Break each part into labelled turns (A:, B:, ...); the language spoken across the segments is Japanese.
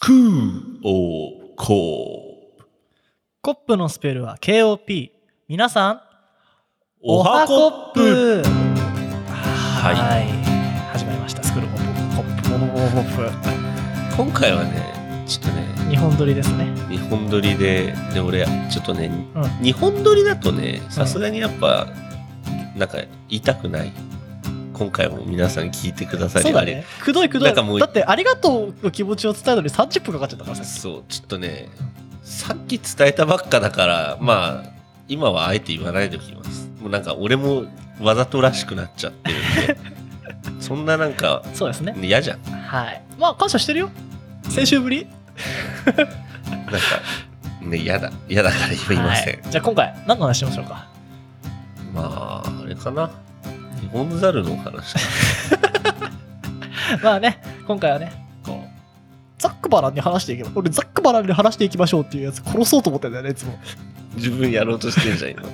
A: クーオーコー
B: コップのスペルは KOP 皆さん
A: おはコップ
B: ップはい始まりましたスクールコップコップモモモコッ
A: 今回はねちょっとね
B: プ日本撮りですね
A: 日本撮りでで俺ちょっとね、
B: う
A: 日本撮りだとねさすがにやっぱ、なんか痛くない今回も皆さん聞いてくださり
B: そうだ
A: あれ
B: ねくどいくど
A: ないんかもう
B: だってありがとうの気持ちを伝えるのに30分かかっちゃったからさ
A: そうちょっとねさっき伝えたばっかだからまあ今はあえて言わないでおきますもうなんか俺もわざとらしくなっちゃってるん でそんななんか
B: そうですね
A: 嫌じゃん
B: はいまあ感謝してるよ先週ぶり
A: なんかね嫌だ嫌だから言いません、
B: はいじゃあ今回何の話しましょうか
A: まああれかな日本ザルの話
B: まあね今回はねこうザックバランに話していけば俺ザックバランに話していきましょうっていうやつ殺そうと思ってんだよねいつも
A: 自分やろうとしてるじゃん今
B: い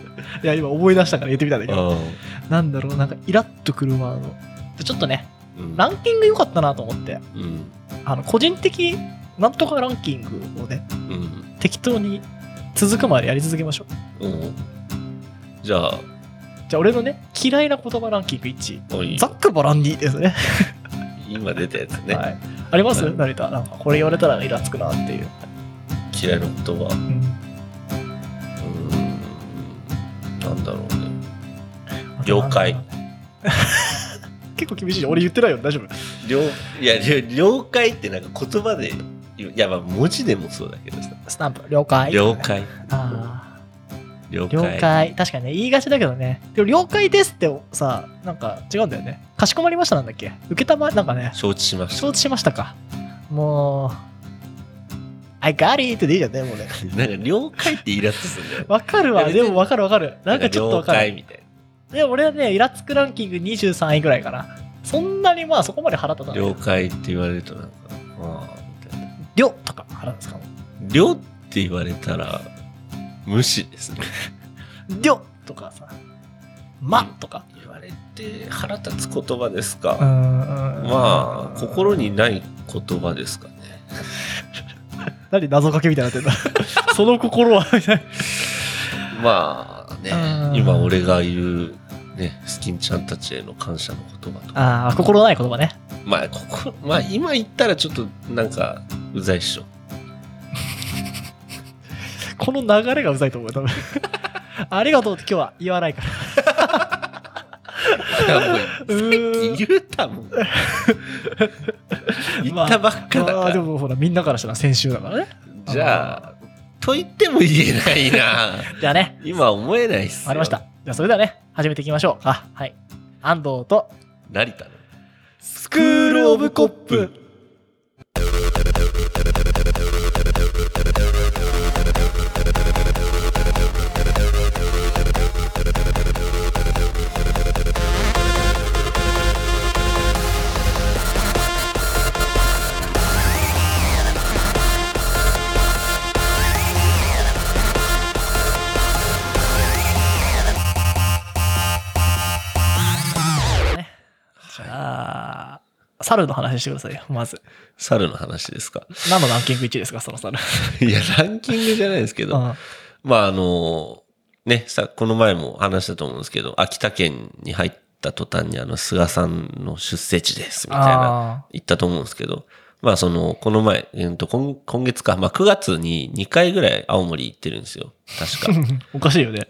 B: や今思い出したから言ってみたんだけど
A: あ
B: なんだろうなんかイラッとくるまあのでちょっとね
A: うん
B: ランキング良かったなと思って
A: うん
B: あの個人的なんとかランキングをね
A: うん
B: 適当に続くまでやり続けましょう
A: うんじゃあ
B: じゃあ俺のね嫌いな言葉ランキング1
A: もういい
B: ザックバランディですね
A: 今出たやつね、
B: はい、あります
A: うん
B: 成田なんかこれ言われたらイラつくなっていう、
A: 嫌いな言葉うーんなんだろうね。了解
B: あとなんだろうね 結構厳しいじゃん俺言ってないよ大丈夫
A: 了いや了了解ってなんか言葉でいやまあ文字でもそうだけどさ。
B: スタンプ了解
A: 了解
B: あ
A: 了
B: ー了
A: 解。
B: 解確かにね言いがちだけどねでも了解ですってさなんか違うんだよねかしこまりましたなんだっけ受けたまなんかね
A: 承知しまし
B: 承知しましたかもう I got it ってでいいじゃんねもうね
A: た。なんか了解ってイラッとするんだよね。
B: わかる
A: い
B: わ
A: や別に
B: でもわかるわかるなんかちょっとわか
A: 了解
B: る
A: みたい
B: でも俺はねイラつくランキング23位ぐらいかなそんなにまあそこまで腹立た
A: な。
B: ない
A: 了解って言われるとなんか、ああ、みたいな。
B: 了とか腹立つかも
A: 了って言われたら無視ですね。
B: 了とかさまとか
A: 言われて腹立つ言葉ですか。
B: ま
A: まあ、心にない言葉ですかね。
B: 何謎かけみたいになってんだ その心はみたい
A: まあね
B: う、ん
A: 今俺が言う、ね、スキンちゃんたちへの感謝の言葉とか、
B: なああ心ない言葉ね
A: まあ、ここ、まあ今言ったらちょっとなんか、うざいっしょ。
B: この流れがうざいと思う よ多分ありがとうって今日は言わないから
A: いや もう さ
B: うーん
A: っき言うたもん。言ったばっかだ か
B: あーで
A: ら。
B: もほらみんなからしたら先週だからね
A: じゃあ、と言っても言えない な。
B: じゃあね
A: 今思えないっすよ。
B: わかりました。じゃあそれではね始めていきましょうあはい安藤と
A: 成田の。
B: ス
A: スクールオブコップ。
B: じゃあ猿の話してくださいよまず
A: 猿の話ですか。
B: 何のランキング1位ですかその猿
A: いや、ランキングじゃないですけ
B: う
A: ど
B: ん、は
A: まああの、ね、さ、この前も話したと思うんですけど、秋田県に入った途端にあの、菅さんの出世地です、みたい
B: あ
A: な、言ったと思うんですけど、まあその、この前、えー、と今今月か、まあ9月に2回ぐらい青森行ってるんですよ、確か。
B: おかしいよね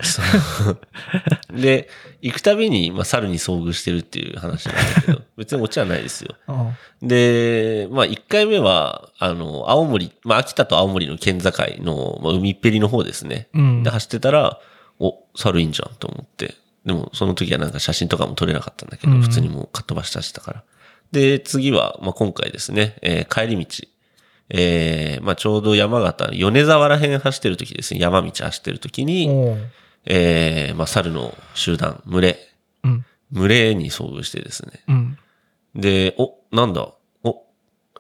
A: で、行くたびに、まあ猿に遭遇してるっていう話なんだけど、 別にオチはないですよ。
B: うん
A: で、まあ、1回目は、あの、青森、まあ、秋田と青森の県境の、まあ、海っぺりの方ですね。
B: うん
A: で、走ってたら、お、猿いいんじゃんと思って。でも、その時はなんか写真とかも撮れなかったんだけど、
B: うん
A: 普通にもうかっ飛ばしたしたから。で、次は、まあ、今回ですね、えー帰り道。えーまあ、ちょうど山形、米沢ら辺走ってる時ですね、山道走ってる時に、
B: おう
A: えーまあ、猿の集団、群れ、
B: うん
A: 群れに遭遇してですね、
B: うん
A: で、お、なんだ、お、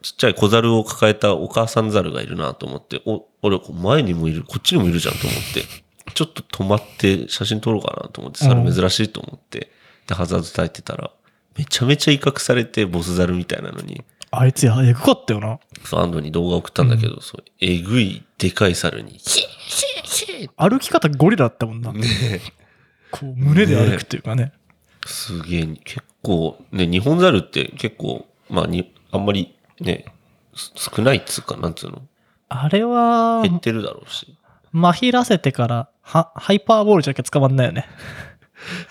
A: ちっちゃい小猿を抱えたお母さん猿がいるなと思って、お、俺、前にもいる、こっちにもいるじゃんと思って、ちょっと止まって写真撮ろうかなと思って、
B: う
A: 猿
B: ん
A: 珍しいと思って、で、ハザード焚いてたら、めちゃめちゃ威嚇されて、ボス猿みたいなのに、
B: あいつや、えぐかったよな。
A: そう、安藤に動画送ったんだけど、そう、えぐい、でかい猿に、ヒッヒッヒッ
B: 歩き方ゴリラだったもんな。
A: ねえ
B: こう、胸で歩くっていうかね。
A: すげえ、結構、ね、日本猿って結構、まあに、あんまりね、す少ないっつうか、なんつうの
B: あれは、
A: 減ってるだろうし。
B: まひらせてから、は、ハイパーボールじゃなきゃ捕まんないよね。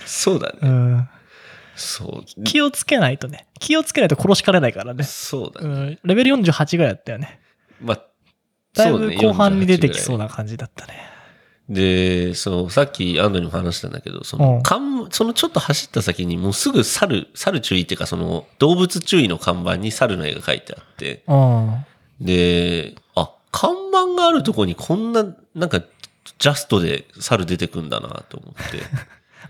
A: そうだね。
B: うん。
A: そう。
B: 気をつけないとね。気をつけないと殺しかねないからね。
A: そうだ
B: う
A: ね。
B: ん。レベル48ぐらいだったよね。
A: まあ、
B: だい
A: そう
B: ぶ
A: ね
B: 後半に出てきそ
A: 48
B: う
A: ぐらい
B: な感じだったね。
A: で、そう、さっき安藤にも話したんだけど、そ
B: うん
A: の、看そのちょっと走った先に、もうすぐ猿、猿注意っていうか、その、動物注意の看板に猿の絵が書いてあって、
B: うん。
A: で、あ、看板があるとこにこんな、なんか、ジャストで猿出てくんだなと思っ て。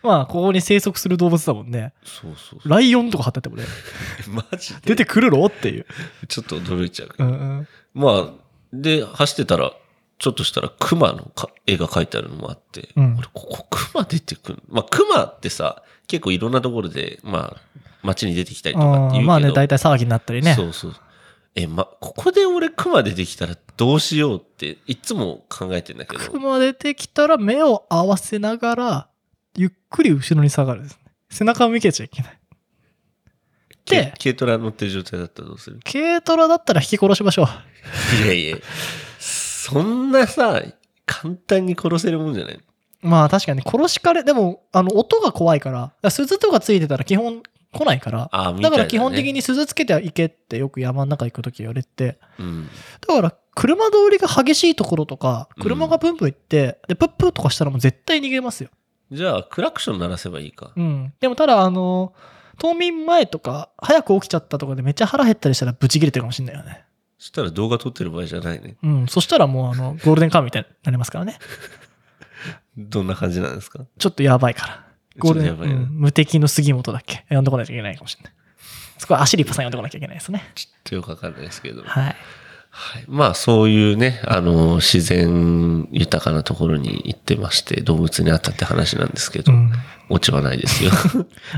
B: まあ、ここに生息する動物だもんね。
A: そうそうそう。
B: ライオンとか貼っててもね、
A: マジで
B: 出てくるろっていう。
A: ちょっと驚いちゃうけ
B: う
A: ど。
B: んうん。
A: まあ、で、走ってたら、ちょっとしたら熊のか絵が描いてあるのもあって、
B: うん
A: 俺、ここ熊出てくる。まあ、熊ってさ、結構いろんなところで、まあ、街に出てきたりとかって言うけど、
B: まあね、大体騒ぎになったりね。
A: そうそう。え、ま、ここで俺熊出てきたらどうしようって、いつも考えてんだけど、
B: 熊出てきたら目を合わせながら、ゆっくり後ろに下がるですね。背中を向けちゃいけない。
A: 軽
B: で
A: 軽トラ乗ってる状態だったらどうする
B: 軽トラだったら引き殺しましょう。
A: いやいや、そんなさ、簡単に殺せるもんじゃない
B: まあ確かに殺しかれ、でも、あの、音が怖いから、だから鈴とかついてたら基本来ないから、
A: あ、みた
B: だ
A: いな、
B: か
A: ね。
B: ら基本的。に鈴つけてはいけってよく山の中行くとき言われて、
A: うん。
B: だから車通りが激しいところとか、車がブンブン行って、で、プップーとかしたらもう絶対逃げますよ。
A: じゃあ、クラクション鳴らせばいいか。
B: うん。でもただ、あの、冬眠前とか、早く起きちゃったとかでめっちゃ腹減ったりしたらブチ切れてるかもしんないよね。
A: そしたら動画撮ってる場合じゃないね。
B: うん。そしたらもう、あの、ゴールデンカーみたいになりますからね。
A: どんな感じなんですか
B: ちょっとやばいから。ゴールデン、
A: ちょっとやばいな
B: うん無敵の杉本だっけ呼んでこないといけないかもしれない。そこはアシリパさん呼んでこなきゃいけないですね。
A: ちょっとよくわかんないですけど。はい。
B: はい。
A: まあ、そういうね、あの、自然豊かなところに行ってまして、動物に会ったって話なんですけ
B: う
A: ど、
B: ん。
A: オチはないです よ。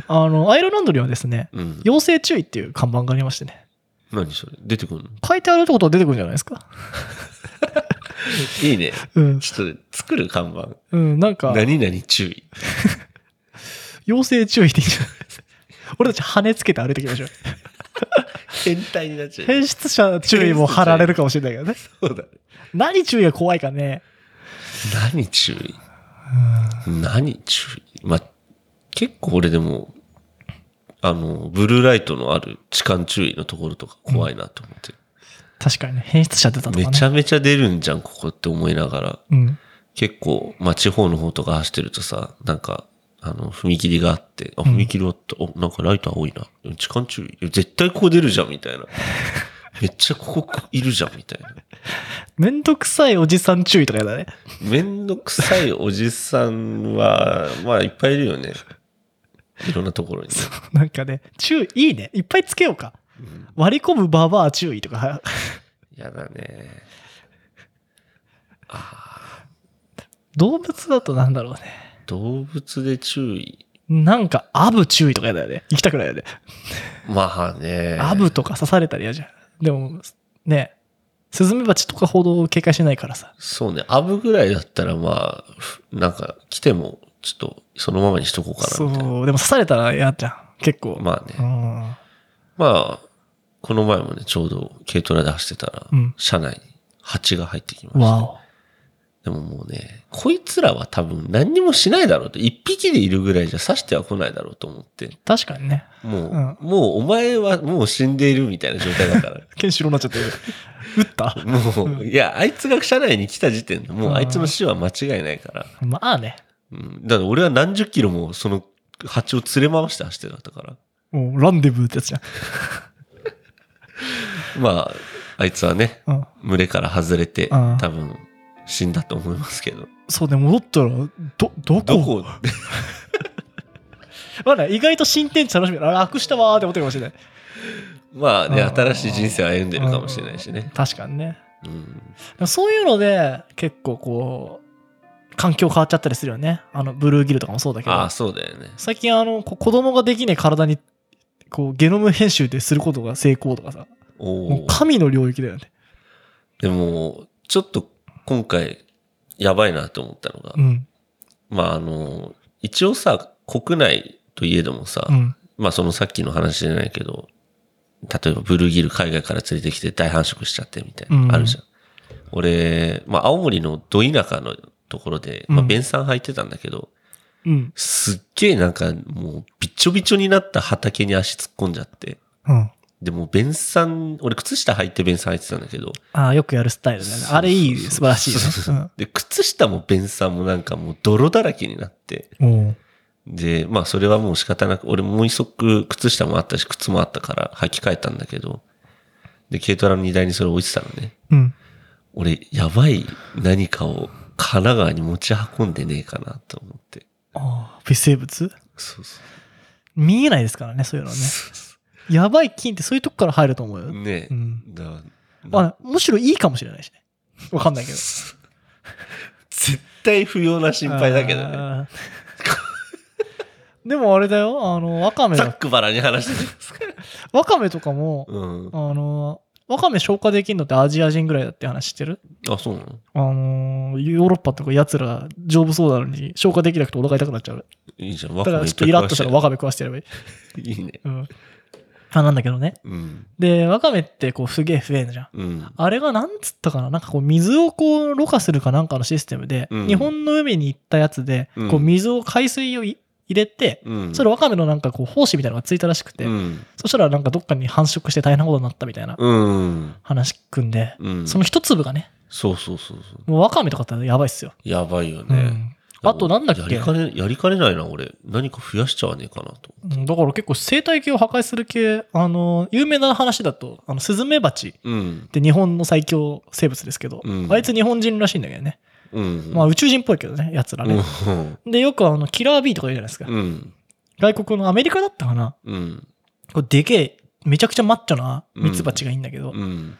B: あの、アイルランドにはですね、
A: うん。
B: 要請注意っていう看板がありましてね。
A: 何それ出てくるの
B: 書いてあるってことは出てくるんじゃないですか。
A: いいね。
B: うん。
A: ちょっと作る看板。
B: うん、なんか、
A: 何々注意。
B: 要請注意でいいんじゃないですか。 俺たち羽つけて歩いていきましょう。
A: 変態になっちゃう。
B: 変質者注意も貼られるかもしれないけど ね。
A: そうだね。
B: 何注意が怖いかね。
A: 何注意何注意まあ、結構俺でも、あの、ブルーライトのある痴漢注意のところとか怖いなと思って。
B: 確かにね、変質者出たとかね。
A: めちゃめちゃ出るんじゃん、ここって思いながら。
B: うん。
A: 結構、まあ、地方の方とか走ってるとさ、なんか、あの、踏切があって、あ、
B: ん
A: 踏切あった、お、なんかライト青いな。痴漢注意。絶対ここ出るじゃん、みたいな。めっちゃここいるじゃん、みたいな。
B: めんどくさいおじさん注意とかやだね。
A: めんどくさいおじさんは、まあ、いっぱいいるよね。いろんなところにね。
B: なんかね、注意、いいね。いっぱいつけようか。割り込むババア注意とか。
A: やだね。
B: 動物だとなんだろうね。
A: 動物で注意。
B: なんか、アブ注意とかやだよね。行きたくないよね。
A: まあね。
B: アブとか刺されたら嫌じゃん。でも、ね、スズメバチとかほど警戒しないからさ。
A: そうね。アブぐらいだったら、まあ、ふなんか来ても、ちょっとそのままにしとこうかな
B: そ
A: みたいな。
B: う、でも刺されたら嫌じゃん。結構。
A: まあ
B: う
A: ね。
B: ん。
A: まあ、この前もね、ちょうど軽トラで走ってたら、
B: うん
A: 車内に蜂が入ってきました。
B: わ
A: でももうね、こいつらは多分何にもしないだろうと、一匹でいるぐらいじゃ刺しては来ないだろうと思って、
B: お。確かにね。
A: もう、
B: うん
A: もうお前はもう死んでいるみたいな状態だ から。
B: ケンシロウになっちゃってる。撃った
A: もう、いや、あいつが車内に来た時点で、もうあいつの死は間違いないから。
B: まあね。
A: うん。だから俺は何十キロもその蜂を連れ回して走ってたから。
B: もうランデブーってやつじゃん。
A: まあ、あいつはね、
B: うん、
A: 群れから外れて、
B: うん
A: 多分死んだと思いますけど。
B: そうね、戻ったら、ど、ど
A: ど
B: こ
A: こ、
B: まあね、意外と新天地楽しみ。あ楽したわーって思ってるかもしれない。
A: まあね、
B: うん
A: 新しい人生を歩んでるかもしれないしね。
B: 確かにね。
A: うん。
B: でもそういうので、結構こう、環境変わっちゃったりするよね。あの、ブルーギルとかもそうだけど。
A: ああ、そうだよね。
B: 最近あの、こ子供ができねえ体に、こう、ゲノム編集ですることが成功とかさ。
A: お
B: もう
A: ー
B: 神の領域だよね。
A: でも、ちょっと今回、やばいなと思ったのが、
B: うん。
A: まああの、一応さ、国内といえどもさ、
B: うん。
A: まあそのさっきの話じゃないけど、例えばブルーギル海外から連れてきて大繁殖しちゃってみたい
B: うん
A: な、あるじゃん。俺、まあ青森のど田舎のところで、ま
B: う
A: あ
B: ん
A: 弁さん履いてたんだけど、
B: うん。
A: すっげえなんかもうびっちょびちょになった畑に足突っ込んじゃって。
B: うん。
A: でもう弁さん、俺靴下履いて弁さん履いてたんだけど、
B: ああ、よくやるスタイルだよね。あれいい、
A: そうそうそう
B: 素晴らしいよ
A: そうそうそう
B: ね。
A: で、靴下も弁さんもなんかもう泥だらけになって。
B: うん。おう
A: で、まあそれはもう仕方なく、俺もう一足靴下もあったし、靴もあったから履き替えたんだけど、で、軽トラの荷台にそれ置いてたのね。
B: うん。
A: 俺、やばい何かを神奈川に持ち運んでねえかなと思って。
B: ああ、微生物
A: そうそ
B: 見えないですからね、そういうのはね。やばい菌ってそういうとこから入ると思う
A: う。
B: よ。
A: ねえ。
B: うん。
A: だから
B: あむしろいいかもしれないしね。わかんないけど。
A: 絶対不要な心配だけどね。
B: あー。 でもあれだよ、あの、ワカメ
A: ざ
B: だ
A: っ、くばらに話してますから。
B: ワカメとかも、
A: うん。
B: あの、ワカメ消化できるのってアジア人ぐらいだって話してる
A: あ、そうなの
B: あの、ヨーロッパとか奴ら丈夫そうなのに消化できなくてお腹痛くなっちゃう。
A: いいじゃん。
B: だ
A: ワ
B: からちょっとイラッとしたらワカメ食わしてやればいい。
A: いいね。
B: うん。あ、なんだけどね。
A: うん。
B: で、ワカメってこうすげえ増えんじゃん。
A: うん。
B: あれがなんつったかななんかこう水をこうろ過するかなんかのシステムで、
A: うん
B: 日本の海に行ったやつで、
A: うん
B: こう水を海水をい入れて、
A: うん。
B: それワカメのなんかこう胞子みたいなのがついたらしくて、
A: うん。
B: そしたらなんかどっかに繁殖して大変なことになったみたいな
A: うん。
B: 話聞くんで、
A: うん。
B: その一粒がね、
A: そうそうそうそう。
B: もうワカメとかだったらやばいっすよ。
A: やばいよ
B: う
A: ね。
B: んあとなんだっ
A: や
B: け
A: りかね、やりかねないな、俺。何か増やしちゃわねえかなと。
B: うんだから結構生態系を破壊する系、あの、有名な話だと、あの、スズメバチっ
A: うん。
B: て日本の最強生物ですけど、
A: うん
B: あいつ日本人らしいんだけどね。
A: うん。
B: まあ宇宙人っぽいけどね、やつら
A: う
B: ね。
A: ん。
B: で、よくあの、キラー B とか言うじゃないですか。
A: うん。
B: 外国のアメリカだったかな
A: うん。
B: こうでけえ、めちゃくちゃマッチョなミツバチがいいんだけど、
A: うん。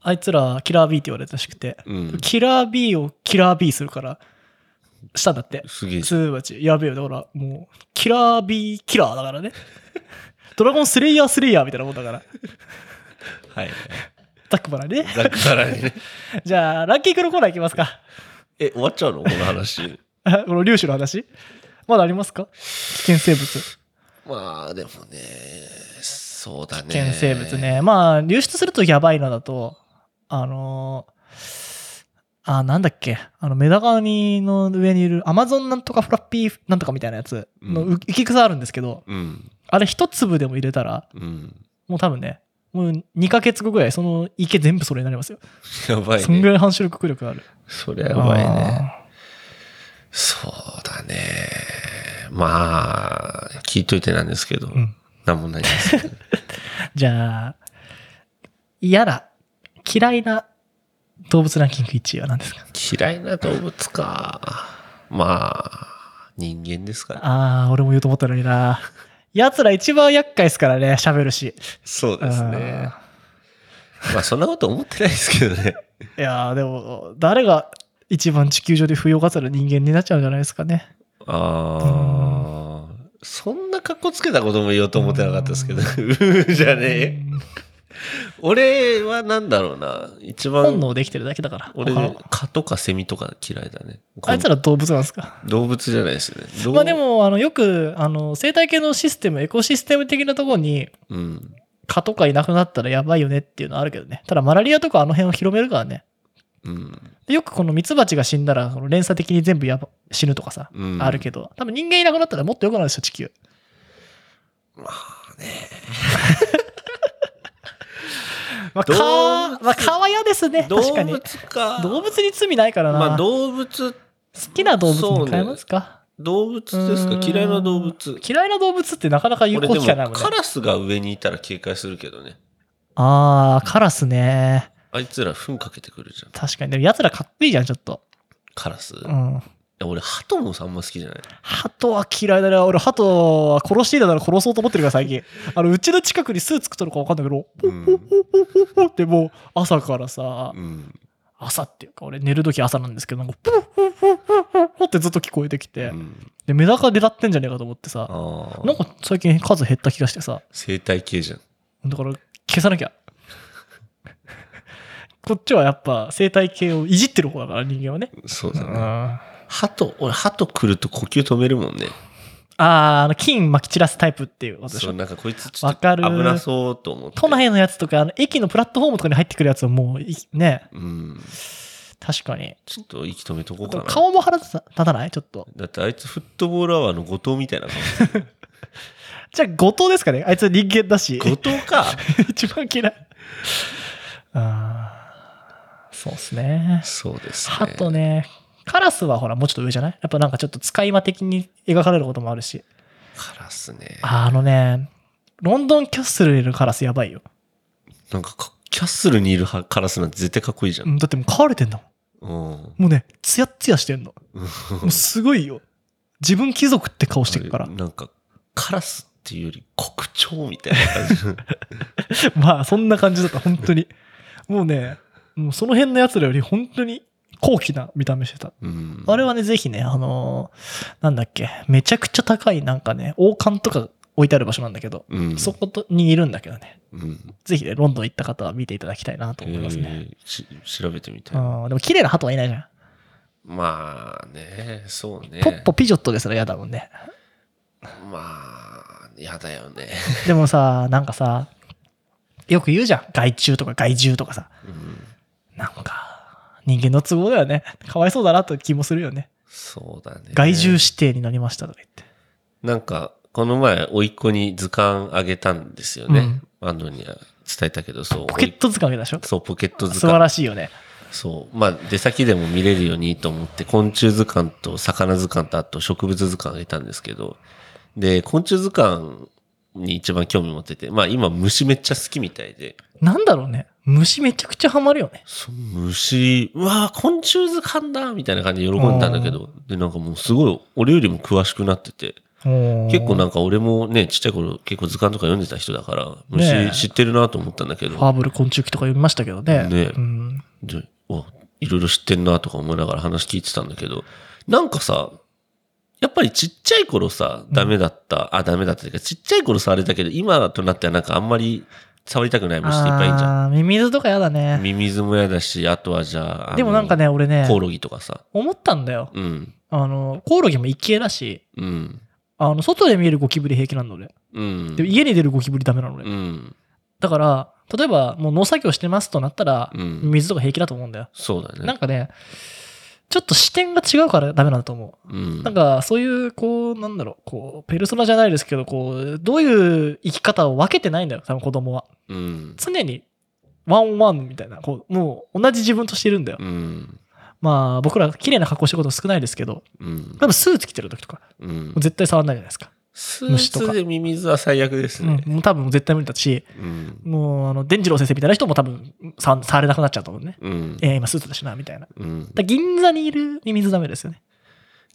B: あいつらキラー B って言われたらしくて、
A: うん。
B: キラー B をキラー B するから、したんだって。
A: すげえ
B: ミ。ツバチ、やべえよ。だからもう、キラー B キラーだからね。 ドラゴンスレイヤースレイヤーみたいなもんだから。
A: はい。
B: ザックバラね。
A: ざっくばらにね。
B: じゃあ、ラッキークのコーナーいきますか。
A: え、終わっちゃうのこの話。
B: この粒子の話。まだありますか危険生物。
A: まあ、でもね、そうだね。
B: 危険生物。ね。まあ、流出するとやばいのだと、あのーあ、なんだっけ、あの、メダカニの上にいるアマゾンなんとかフラッピーなんとかみたいなやつの
A: うん
B: 浮き草あるんですけど、
A: うん。
B: あれ一粒でも入れたら、
A: うん。
B: もう多分ね、もう2ヶ月後ぐらい、その池全部それになりますよ。
A: やばい
B: そんぐ
A: ね。
B: らい繁殖力がある。
A: そりゃやばいね。
B: あ
A: そうだね。まあ、聞いといてなんですけど
B: ー。う、ん
A: なんもないですけど。
B: じゃあ、嫌な、嫌いな動物ランキング1位は何ですか
A: 嫌いな動物か。まあ、人間ですから。
B: ああ、俺も言うと思ったのにな。奴ら一番厄介ですからね、喋るし。
A: そうですね。まあ、そんなこと思ってないですけどね。
B: いやーでも、誰が一番地球上で不要がつら人間になっちゃうんじゃないですかね。
A: ああ、そんな格好つけたことも言おうと思ってなかったですけど、うー じゃねえ。俺はなんだろうな。一
B: うん本
A: 番、
B: 能できてるだけだから。
A: 俺
B: 他の、
A: 蚊とかセミとか嫌いだね。
B: あいつら動物なんですか。
A: 動物じゃないですね。動
B: まあで、も、あの、よく、あの、生態系のシステム、エコシステム的なところに、
A: うん。
B: 蚊とかいなくなったらやばいよねっていうのはあるけどね。ただ、マラリアとかあの辺を広めるからね。
A: うん。
B: でよくこのミツバチが死んだら、この連鎖的に全部やば死ぬとかさ、
A: うん
B: あるけど、多分人間いなくなったらもっと良くなるでしょ、地球。
A: まあね。
B: まあ、
A: 動
B: 蚊、
A: 物
B: まあ、蚊は嫌ですね、
A: 動
B: 確か
A: 物
B: に。
A: か。
B: 動物に罪ないからな。
A: まあ動物、
B: 好きな動物に変えますか、
A: 動物ですか
B: うーん
A: 嫌いな動物。
B: 嫌いな動物ってなかなか有
A: 俺
B: 効
A: で
B: 機会ない
A: も
B: もんね
A: カ。ラスが上にいたら警戒するけどね。
B: あー、カラスね。
A: あいつら糞かけてくるじゃん。
B: 確かに。でも奴らかっこいいじゃん、ちょっと。
A: カラス。いうや
B: ん。
A: 俺、ハトもあんま好きじゃない。
B: 鳩は嫌いだね。俺、鳩は殺していたなら殺そうと思ってるから、最近。あの、うちの近くに巣作ったのか分かんないけど、ポッポッポッポッポッポッってもう、朝からさ、
A: うん。
B: 朝っていうか、俺寝る時朝なんですけど、なんか、ポッポッポッポッポッポッってずっと聞こえてき
A: う
B: て、
A: ん、
B: で、メダカ狙ってんじゃねえかと思ってさ、
A: あ
B: なん
A: あ。
B: か最近数減った気がしてさ、
A: 生態系じゃん。
B: だから消さなきゃ。こっちはやっぱ生態系をいじってる方だから、人間はね。
A: そう
B: う
A: だね。
B: んあ
A: 鳩、俺、鳩来ると呼吸止めるもんね。
B: あ、あの、金撒き散らすタイプっていうことでし
A: そう、
B: ょ。
A: なんかこいつちょっ
B: わ
A: と
B: か
A: 危
B: る
A: なそうと思って。
B: 都内のやつとか、あの駅のプラットフォームとかに入ってくるやつはもうい、ね、
A: うん。
B: 確かに。
A: ちょっと息止めとこうかな。
B: 顔も腹立たないちょっと。
A: だってあいつフットボールアワーの後藤みたいな顔。
B: じゃあ、後藤ですかねあいつ人間だし。
A: 後藤か
B: 一番嫌い。ああ、そうですね。
A: そうですね。
B: 鳩ね。カラスはほら、もうちょっと上じゃないやっぱなんかちょっと使い魔的に描かれることもあるし。
A: カラスね。
B: ああのね、ロンドンキャッスルにいるカラスやばいよ。
A: なんかかキャッスルにいるはカラスなんて絶対かっこいいじゃ。
B: うんんだってもう飼われてんだも
A: うん。
B: ん。もうね、ツヤッツヤして んの。もうすごいよ。自分貴族って顔してるから
A: あれ。なんか、カラスっていうより国鳥みたいな 感じ。
B: まあ、そんな感じだった、本当に。もうね、もうその辺のやつらより本当に高貴な見た目してた。
A: うん
B: あれはね、ぜひね、あのーなんだっけ、めちゃくちゃ高いなんかね、王冠とか置いてある場所なんだけど、
A: うん。
B: そことにいるんだけどね、
A: うん。
B: ぜひね、ロンドン行った方は見ていただきたいなと思いますね。
A: えーし調べてみたい。
B: うん、でも綺麗な鳩はいないじゃん。
A: まあね、そうね。
B: ポッポピジョットですら嫌だもんね。
A: まあ、やだよ ね。
B: でもさ、なんかさ、よく言うじゃん。害虫とか害獣とかさ。
A: うん。
B: なんか、人間の都合だよね。かわいそうだなと気もするよね。
A: そうだね。
B: 害獣指定になりましたとか言って。
A: なんか、この前、甥っ子に図鑑あげたんですよね。安藤には伝えたけど、そう。
B: ポケット図鑑でしょ
A: 甥っそう、ポケット図
B: 素晴
A: 鑑。
B: らしいよね。
A: そう。まあ、出先でも見れるようにと思って、昆虫図鑑と魚図鑑と、あと植物図鑑あげたんですけど、で、昆虫図鑑に一番興味持ってて、まあ今虫めっちゃ好きみたいで、
B: なんだろうね。虫めちゃくちゃハマるよね。
A: そ虫、うわー昆虫図鑑だみたいな感じで喜んだんだけど、で、なんかもうすごい、俺よりも詳しくなってて、
B: 結
A: 結構な
B: な。
A: んか俺もね、ちっちゃい頃結構図鑑とか読んでた人だから、
B: ねえ
A: 虫知ってるなと思ったんだけど、
B: ファーブル昆虫記とか読みましたけどね。
A: ね
B: うん。
A: でおいろいろ知ってんなとか思いながら話聞いてたんだけど、なんかさ、やっぱりちっちゃい頃さ、ダメだった、あ、ダメだったっていうか、ちっちゃい頃さ、あれだけど、今となってはなんかあんまり触りたくない虫っていっぱいいんじゃ
B: あーミミズとかやだ
A: ん。
B: ね。
A: ミミズも嫌だし、あとはじゃあ、あの
B: でもなんか、ね、俺ね
A: コ、オロギとかさ、
B: 思ったんだよ。
A: うん、
B: あの、コオロギも一系だし、
A: うん、
B: あの、外で見えるゴキブリ平気なの俺。
A: うん、
B: でも家に出るゴキブリダメなの
A: う
B: 俺。
A: ん、
B: だから、例えばもう農作業してますとなったら、
A: うん、
B: 水とか平気だと思うんだよ。
A: そうだね。
B: なんかね、ちょっと視点が違うからダメなんだと思う。
A: うん、
B: なんか、そういう、こう、なんだろう、こう、ペルソナじゃないですけど、こう、どういう生き方を分けてないんだよ、多分子供は。
A: うん、
B: 常に、ワンオンワンみたいな、こう、もう、同じ自分としているんだよ
A: う。ん、
B: まあ、僕ら、綺麗な格好してること少ないですけど、
A: うん
B: 多、分スーツ着てる時とか、
A: うん。
B: 絶対触んないじゃないですか。
A: ス
B: 虫と
A: ー
B: か
A: ツでミミズは最悪です
B: うん
A: ね。、
B: もう多分絶対無理だし、
A: うん、
B: もう、あの、伝次郎先生みたいな人も多分、触触れなくなっちゃうと思うね。
A: うん、
B: えー今スーツだしな、みたいな。だか
A: うん。
B: ら銀座にいるミミズダメですよね。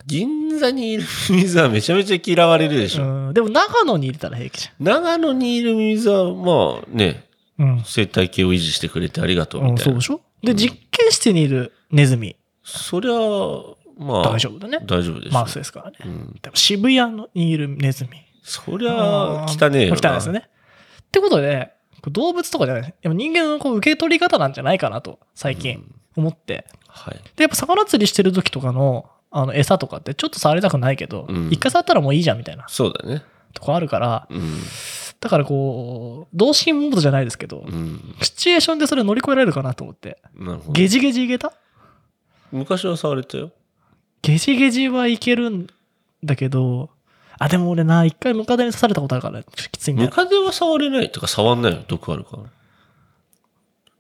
A: 銀座にいる ミミズはめちゃめちゃ嫌われるでしょ。
B: うん、でも、長野に入れたら平気じ
A: 長野にいるミミズは、まあね、
B: ゃん。うん。
A: 生態系を維持してくれてありがとう
B: う
A: み
B: ん、
A: た
B: そ
A: いうな。
B: でしょで、
A: うん
B: 実験室にいるネズミ、
A: そりゃ、まあ、
B: 大丈夫だね。
A: 大丈夫でしょ。
B: マウスですからね。
A: うん、
B: でも渋谷のにいるネズミ。
A: そりゃ、汚ねえよな。
B: 汚いですよね。ってことで、これ動物とかじゃない。でも人間のこう受け取り方なんじゃないかなと、最
A: う
B: 近
A: ん
B: 思って。
A: はい。
B: で、やっぱ魚釣りしてる時とかの、あの、餌とかってちょっと触りたくないけど
A: うん、
B: 一回触ったらもういいじゃんみたいな
A: そうだね。
B: とこあるから、
A: うん。
B: だからこう、同心モードじゃないですけど
A: う、ん。
B: シチュエーションでそれ乗り越えられるかなと思って。
A: なるほど
B: ゲ。ジゲジいけた
A: 昔は触れたよ。
B: ゲジゲジはいけるんだけど、あ、でも俺な、一回ムカデに刺されたことあるから、きついんだ
A: ム
B: よ。
A: カデは触れないとか触んないよ。毒あるから。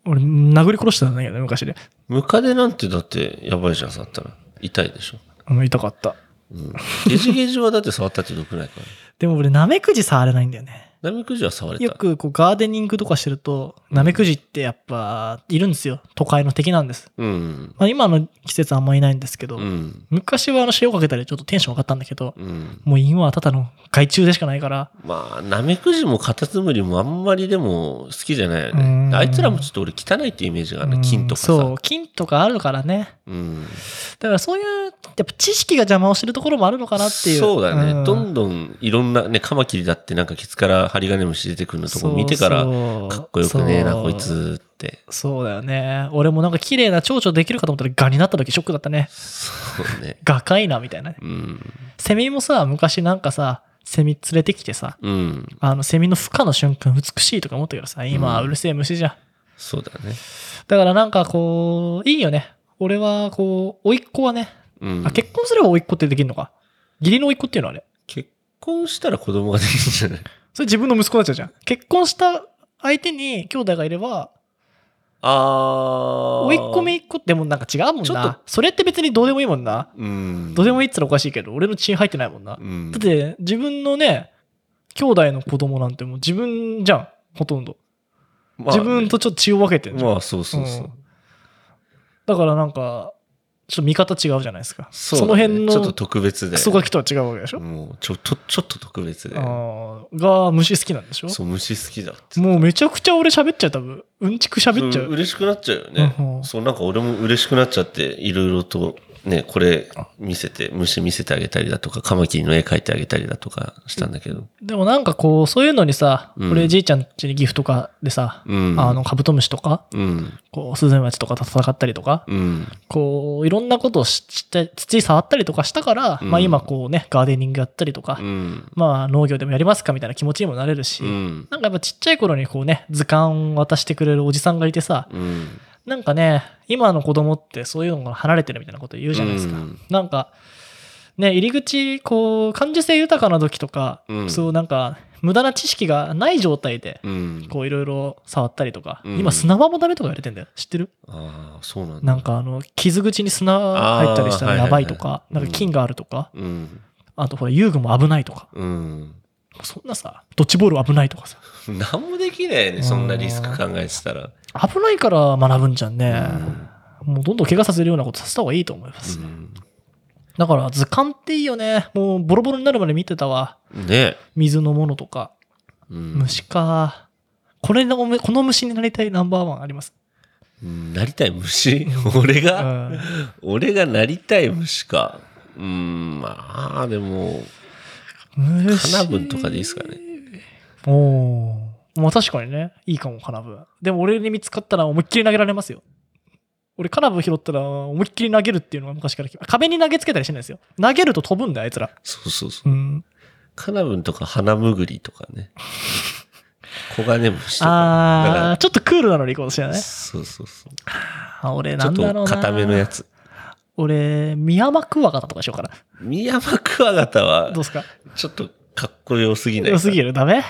B: 俺、殴り殺してたんだけどね、昔で。
A: ムカデなんてだってやばいじゃん、触ったら。痛いでしょ。
B: うん痛かった。
A: うん。ゲジゲジはだって触ったって毒ないから。
B: でも俺、ナメクジ触れないんだよね。
A: ナメクジは触れた。
B: よくこうガーデニングとかしてると、ナメクジってやっぱ、いるんですよ。都会の敵なんです。
A: うん。
B: まあ、今の季節あんまいないんですけど、
A: うん。
B: 昔はあの塩かけたりちょっとテンション上がったんだけど、
A: うん。
B: もう今はただの害虫でしかないから、
A: まあ、ナメクジもカタツムリもあんまりでも好きじゃないよ
B: う
A: ね
B: ん。
A: あいつらもちょっと俺汚いっていうイメージがある
B: う
A: ね。
B: ん
A: 金とかさ。
B: そう、金とかあるからね。
A: うん。
B: だからそういう、やっぱ知識が邪魔をしてるところもあるのかなっていう。
A: そうだね。
B: ん
A: どんどんいろんなね、カマキリだってなんかケツから針金虫出てくるのとこ見てから、かっこよくねえな、
B: そう
A: こいつって。
B: そうだよね。俺もなんか綺麗な蝶々できるかと思ったらガになった時ショックだったね。
A: そうね。
B: ガかいな、みたいなね。
A: うん。
B: セミもさ、昔なんかさ、セミ連れてきてさ、
A: うん。
B: あの、セミの孵化の瞬間美しいとか思ったけどさ、今は
A: うん
B: うるせえ虫じゃん。
A: そうだね。
B: だからなんかこう、いいよね。俺はこう、甥っ子はね、
A: うん。
B: あ、結婚すれば甥っ子ってできるのか。義理の甥っ子っていうのはあれ。
A: 結婚したら子供ができるんじゃない
B: それ自分の息子になっちゃうじゃん。結婚した相手に兄弟がいれば、
A: あー。
B: 甥っ子姪っ子ってもうなんか違うもん
A: ちょっと
B: な。それって別にどうでもいいもんな。
A: うん。
B: どうでも
A: いい。
B: いいっつったらおかしいけど、俺の血入ってないもんな。だ
A: うん
B: っ。て、自分のね、兄弟の子供なんてもう自分じゃん、ほとんど。
A: まあね
B: 自分とちょっと血を分けてんじゃん。。
A: まあ、そうそうそううん
B: だからなんか、ちょっと見方違うじゃないですか。そ,、
A: うだね
B: の辺
A: ちょっと
B: の
A: 特別で
B: ク。ソガキとは違うわけでしょ。
A: もう、ちょっと、ちょっと特別で。
B: あーが、虫好きなんでしょ
A: そう、虫好きだって。
B: もうめちゃくちゃ俺喋っちゃう、多分。うんちく喋っちゃ
A: そう
B: う。
A: 嬉しくなっちゃうよね。
B: うんうん
A: そう、なんか俺も嬉しくなっちゃって、いろいろと、ね、これ見せて、虫見せてあげたりだとか、カマキリの絵描いてあげたりだとかしたんだけど。
B: でもなんかこう、そういうのにさ、
A: うん
B: 俺じいちゃん家にギフとかでさ、
A: うん。
B: あの、カブトムシとか、
A: うん。
B: こう、スズメバチとかと戦ったりとか、
A: うん。
B: こう、いろんなことをしして、土触ったりとかしたから、
A: うん
B: まあ今こうね、ガーデニングやったりとか、
A: うん。
B: まあ農業でもやりますかみたいな気持ちにもなれるし、
A: うん。
B: なんかやっぱちっちゃい頃にこうね、図鑑を渡してくれるおじさんがいてさ、
A: うん。
B: なんかね、今の子供ってそういうのが離れてるみたいなこと言うじゃないですか。
A: うん
B: なんか、ね、入り口、こう、感受性豊かな時とか、
A: うん
B: そうなんか、無駄な知識がない状態で、
A: うん。
B: こういろいろ触ったりとか、
A: うん
B: 今砂場もダメとか言われてんだよ。知ってる
A: ああ、そうなんだ。
B: なんかあの傷口に砂入ったりしたらやばいとか
A: あ、ーはいはいはい
B: なんか菌があるとか、
A: うん。
B: あとほら遊具も危ないとか、
A: うん。
B: そんなさ、ドッジボール危ないとかさ、
A: 何もできないよね、そんなリスク考えてたら。
B: 危ないから学ぶんじゃんね。もうどんどん怪我させるようなことさせた方がいいと思います。だから図鑑っていいよね。もうボロボロになるまで見てたわ。
A: うんね。
B: 水のものとか、
A: うん
B: 虫か。これのおめ、この虫になりたいナンバーワンあります。
A: うんなりたい虫俺
B: う
A: が、
B: ん。
A: 俺がなりたい虫か。うん、まあ、でも、
B: 虫。
A: カナブンとかでいいっすかね。
B: おお。まあ確かにね、いいかも、カナブン。でも俺に見つかったら思いっきり投げられますよ。俺、カナブン拾ったら思いっきり投げるっていうのが昔から決ま壁に投げつけたりしないですよ。投げると飛ぶんだよ、あいつら。
A: そうそうそうう。
B: ん。
A: カナブンとかハナムグリとかね。コガネムシとか。だか
B: あ
A: ら
B: ー、ちょっとクールなのに行こうとしてるね。
A: そうそうそう。
B: あ俺、
A: ち
B: な
A: ょっ
B: んだろう
A: と
B: な。
A: 固めのやつ。
B: 俺、ミヤマクワガタとかしようかな。
A: ミヤマクワガタは
B: どう、すか
A: ちょっとかっこよすぎない
B: 良すぎるダメ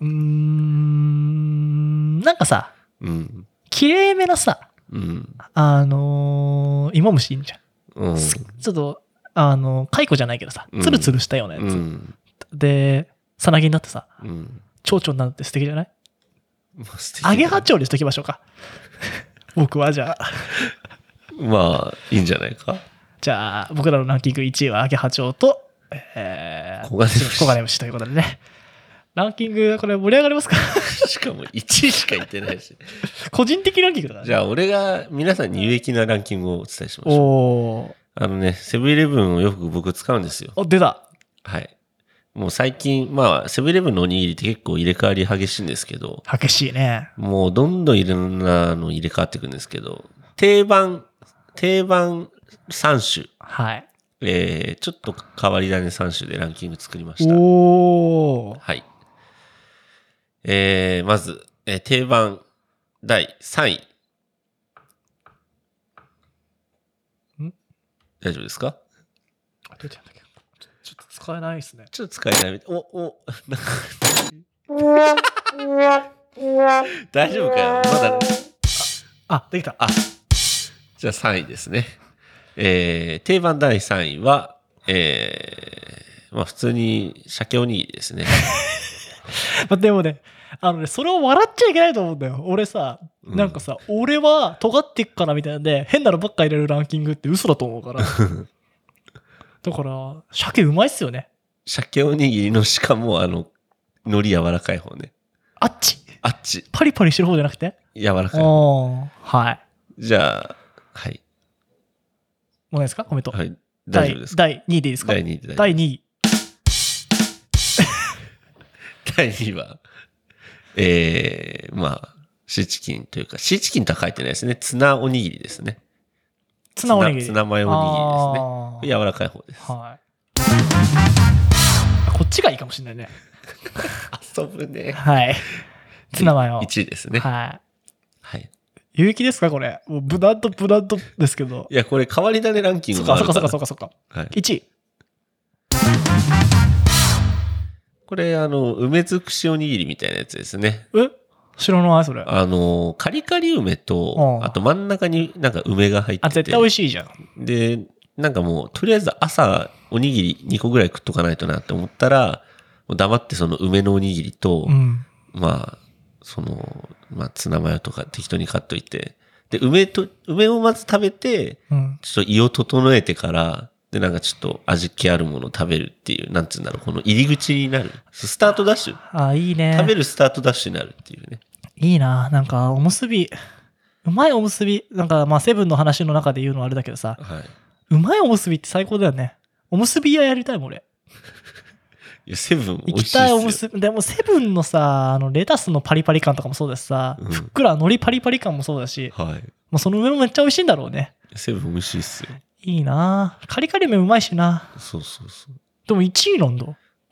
B: うーん、なんかさ、
A: うん。
B: 綺麗めなさ、
A: うん。
B: あのー、芋虫いいんじゃん。
A: うん。
B: すちょっと、あの、蚕じゃないけどさ
A: う、ん
B: ツルツルしたようなやつ。
A: うん。
B: で、さなぎになってさ、
A: うん。
B: 蝶々になるって素敵じゃない
A: まあ素敵だ
B: アゲハチョウにしときましょうか。 僕はじゃあ、
A: まあ、いいんじゃないか。
B: じゃあ、僕らのランキング1位はアゲハチョウと、えー、
A: 黄金虫
B: 黄金虫ということでね。ランキング、これ盛り上がりますか
A: しかも1位しか言ってないし。
B: 個人的ランキングだから、ね。
A: じゃあ、俺が皆さんに有益なランキングをお伝えしましょう。
B: おー
A: あのね、セブンイレブンをよく僕使うんですよ。
B: お、出た。
A: はい。もう最近、まあ、セブンイレブンのおにぎりって結構入れ替わり激しいんですけど、
B: 激しいね。
A: もうどんどんいろんなの入れ替わっていくんですけど、定番、定番3種、
B: はい。
A: えー、ちょっと変わり種3種でランキング作りました。
B: おー
A: はい。えー、まず、えー定番第3位。
B: ん
A: 大丈夫ですか
B: 出てんだけどちょちょっと使えないですね。
A: ちょっと使いたいみたい。お、お、なんか大丈夫かよ。まだ、
B: あ、できた。
A: あ、じゃあ3位ですね。えー、定番第3位は、えー、まあ普通に鮭おにぎりです ね。
B: ま でもね、あのね、それを笑っちゃいけないと思うんだよ。俺さ、
A: うん
B: なんかさ、俺は尖ってっからみたいなんで、変なのばっか入れるランキングって嘘だと 思うから。だから、鮭うまいっすよね。
A: 鮭おにぎりのしかもあの、海苔柔らかい方ね。
B: あっち。
A: あっち、
B: パリパリしてる方じゃなくて。
A: 柔らかい方。
B: おーはい。
A: じゃあ、はい。
B: もうないですかコメント。
A: はい。大
B: 第
A: 丈夫ですか
B: 第2位でいいですか
A: 第2位で大丈夫
B: 第2位。
A: 第2は、えー、まあ、シーチキンというか、シーチキンとは書いてないですね。ツナおにぎりですね。
B: ツナおにぎり。
A: ツナツナマヨおにぎりですね。柔
B: お
A: らかい方です。
B: はい。こっちがいいかもしれないね。
A: 遊ぶね。
B: はい。ツナマヨ。
A: 1位ですね。
B: はい。
A: はい。
B: 有機ですかこれ。もう無難と無難とですけど。
A: いや、これ変わり種ランキン
B: そ
A: グ
B: っ
A: が
B: か
A: あ
B: そ
A: る
B: っか
A: か
B: そっからそっかそっか。
A: はい、
B: 1位。
A: これ、あの、梅尽くしおにぎりみたいなやつですね。
B: え知らないそれ。あ、
A: あの、カリカリ梅と
B: う、ん
A: あと真ん中になんか梅が入ってて。
B: 絶対美味しいじゃん。
A: で、なんかもう、とりあえず朝、おにぎり2個ぐらい食っとかないとなって思ったら、もう黙ってその梅のおにぎりと、
B: うん。
A: まあ、その、まあ、ツナマヨとか適当に買っといて、で、梅と、梅をまず食べて、
B: うん。
A: ちょっと胃を整えてから、で、なんかちょっと味気あるものを食べるっていう、なんつうんだろう、この入り口になる。スタートダッシュ。
B: あ、いいね。
A: 食べるスタートダッシュになるっていうね。
B: いいな。なんか、おむすび。うまいおむすび。なんか、まあ、セブンの話の中で言うのはあれだけどさ、
A: はい。
B: うまいおむすびって最高だよね。おむすび屋やりたいもん、俺。
A: いや、セブン美
B: 行
A: 味
B: き
A: しいですよ。
B: たいおむすび。でも、セブンのさ、あの、レタスのパリパリ感とかもそうだしさ、
A: うん
B: ふっくら海苔パリパリ感もそうだし、
A: はい。
B: まあ、その上もめっちゃ美味しいんだろうね。
A: セブン美味しいっすよ。
B: いいなカリカリ麺うまいしな
A: そうそうそう。
B: でも1位なんだ。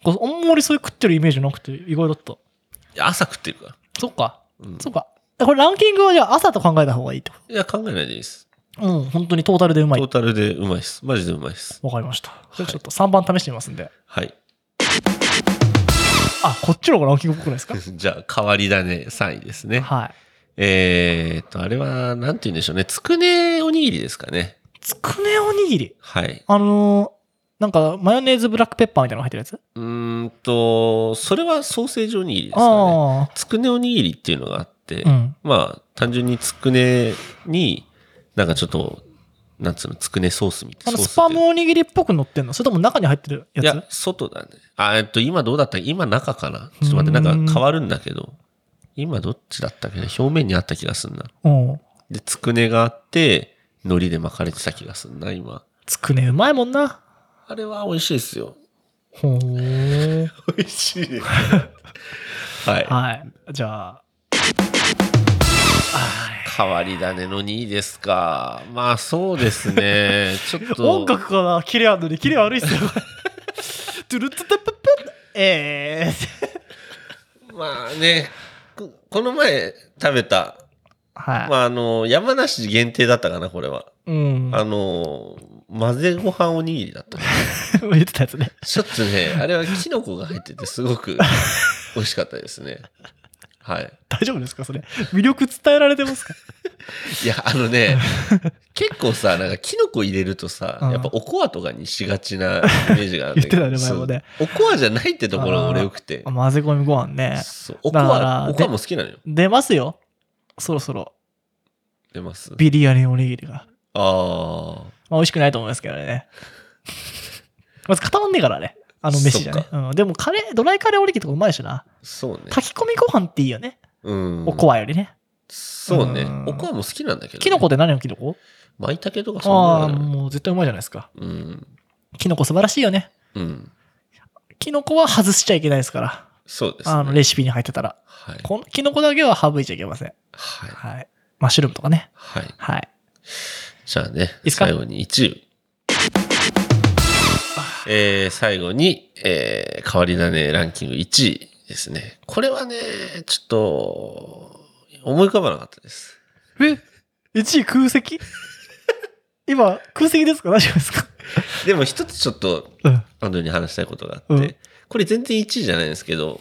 B: こうあんまりそういう食ってるイメージなくて意外だった。
A: いや朝食ってるから。
B: そっか。
A: うん
B: そっか。これランキングはじゃあ朝と考えた方がいいってこ
A: いや、考えないでいいです。
B: と。うん、本当にトータルでうま
A: トー
B: い。
A: タルでうまいっす。マジでうまいっす。
B: わかりました。じゃあ
A: はい
B: ちょっと3番試してみますんで。
A: はい。
B: あ、こっちの方がランキングっぽくないですか
A: じゃあ、変わり種3位ですね。
B: はい。
A: えーっと、あれは、なんて言うんでしょうね。つくねおにぎりですかね。
B: つくねおにぎり。
A: はい。
B: あのー、なんかマヨネーズブラックペッパーみたいなの入ってるやつ、
A: うーんと、それはソーセージおにぎりですかね。
B: あ
A: つくねおにぎりっていうのがあって、
B: あ。うん。
A: まあ、単純につくねに、なんかちょっと、なんつうの、つくねソースみた
B: あ
A: いな。ソ
B: の
A: ー
B: ス
A: スみた
B: パ
A: いな
B: ムおにぎりっぽく乗ってんのそれとも中に入ってる
A: い
B: やつ
A: や、外だね。あ、えっと、今どうだった今中かなちょっと待っ
B: うー
A: て、
B: ん
A: なんか変わるんだけど。今どっちだったっけな表面にあった気がすんな。
B: うん。
A: で、つくねがあって、海苔で巻かれてた気がすんな、今。
B: つくねうまいもんな。
A: あれは美味しいですよ。
B: ほ ー。
A: 美味しいです。はい。
B: はい。じゃあ。
A: 変わり種の2位ですか。まあ、そうです ね。ちょっと。
B: 音楽かなキレあんのにキレ悪いっすよ。トゥルットゥププ えー。
A: まあね、ここの前食べた、
B: はい。
A: まあ、あの、山梨限定だったかな、これは。
B: うん。
A: あの、混ぜご飯おにぎりだった。
B: 言ってたやつね。
A: ちょっとね、あれはキノコが入っててすごく美味しかったですね。はい。
B: 大丈夫ですかそれ。魅力伝えられてますか
A: いや、あのね、結構さ、なんかキノコ入れるとさ、
B: うん
A: やっぱおこわとかにしがちなイメージがあるんだけど。
B: 言ってたね前もね
A: そう。おこわじゃないってところが俺良くて。
B: 混ぜ込みご飯ね。
A: そう。おこ
B: だから
A: わ、おこわ
B: で
A: も好きなのよ。
B: 出ますよ。そろそろ。
A: 出ます。
B: ビリヤニおにぎり
A: あ
B: が。
A: あ。
B: まあ美味しくないと思いますけど ね。まず固まんねえからね。あの飯じゃ
A: そ
B: ね
A: っ。
B: うん。でもカレー、ドライカレーおにぎりとかうまいしな。
A: そうね。
B: 炊き込みご飯っていいよね。
A: うん。
B: おこわよりね。
A: そうね
B: うん。
A: おこわも好きなんだけど、ね。
B: キノコって何のキノコ
A: 舞茸とか
B: あ
A: そ
B: あ、
A: んなの。
B: もう絶対うまいじゃないですか。
A: うん。
B: キノコ素晴らしいよね。
A: うん。
B: キノコは外しちゃいけないですから。
A: そうです、ね。
B: あの、レシピに入ってたら。
A: はい。
B: このキノコだけは省いちゃいけません。
A: はい。
B: はい。マッシュルームとかね。
A: はい。
B: はい。
A: じゃあね、
B: いっすか
A: 最後に1位。えー、最後に、えー、変わり種ランキング1位ですね。これはね、ちょっと、思い浮かばなかったです。
B: え ?1 位空席 今、空席ですか大丈夫ですか
A: でも一つちょっと、
B: うん。
A: 安藤に話したいことがあって、
B: うん
A: これ全然1位じゃないんですけど、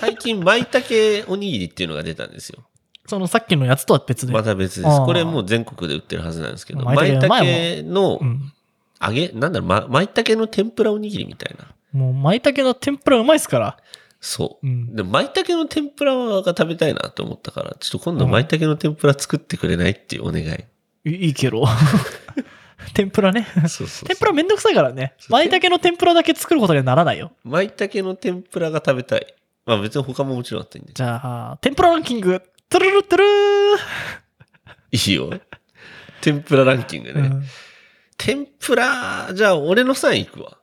A: 最近、舞茸おにぎりっていうのが出たんですよ。
B: そのさっきのやつとは別で。
A: また別で
B: あ
A: す。
B: ー
A: これもう全国で売ってるはずなんですけど、
B: 舞
A: 舞
B: 茸う
A: 茸
B: まいもん
A: の
B: うん。
A: 揚げ、なんだろう、ま舞茸の天ぷらおにぎりみたいな。
B: もう、舞茸の天ぷらうまいっすから。
A: そう
B: う。ん。
A: で、舞茸の天ぷらが食べたいなと思ったから、ちょっと今度
B: うん
A: 舞茸の天ぷら作ってくれないってい うお願い。
B: いいいけ ど。天ぷらね。
A: そうそうそう。
B: 天ぷらめんどくさいからね。
A: そう
B: 舞茸の天ぷらだけ作ることにはならないよ。
A: 舞茸の天ぷらが食べたい。まあ別に他ももちろんあったんで。
B: じゃあ、天ぷらランキング。トゥルルトゥルー
A: いいよ。 天ぷらランキングね。
B: うん
A: 天ぷら、じゃあ俺の3位いくわ。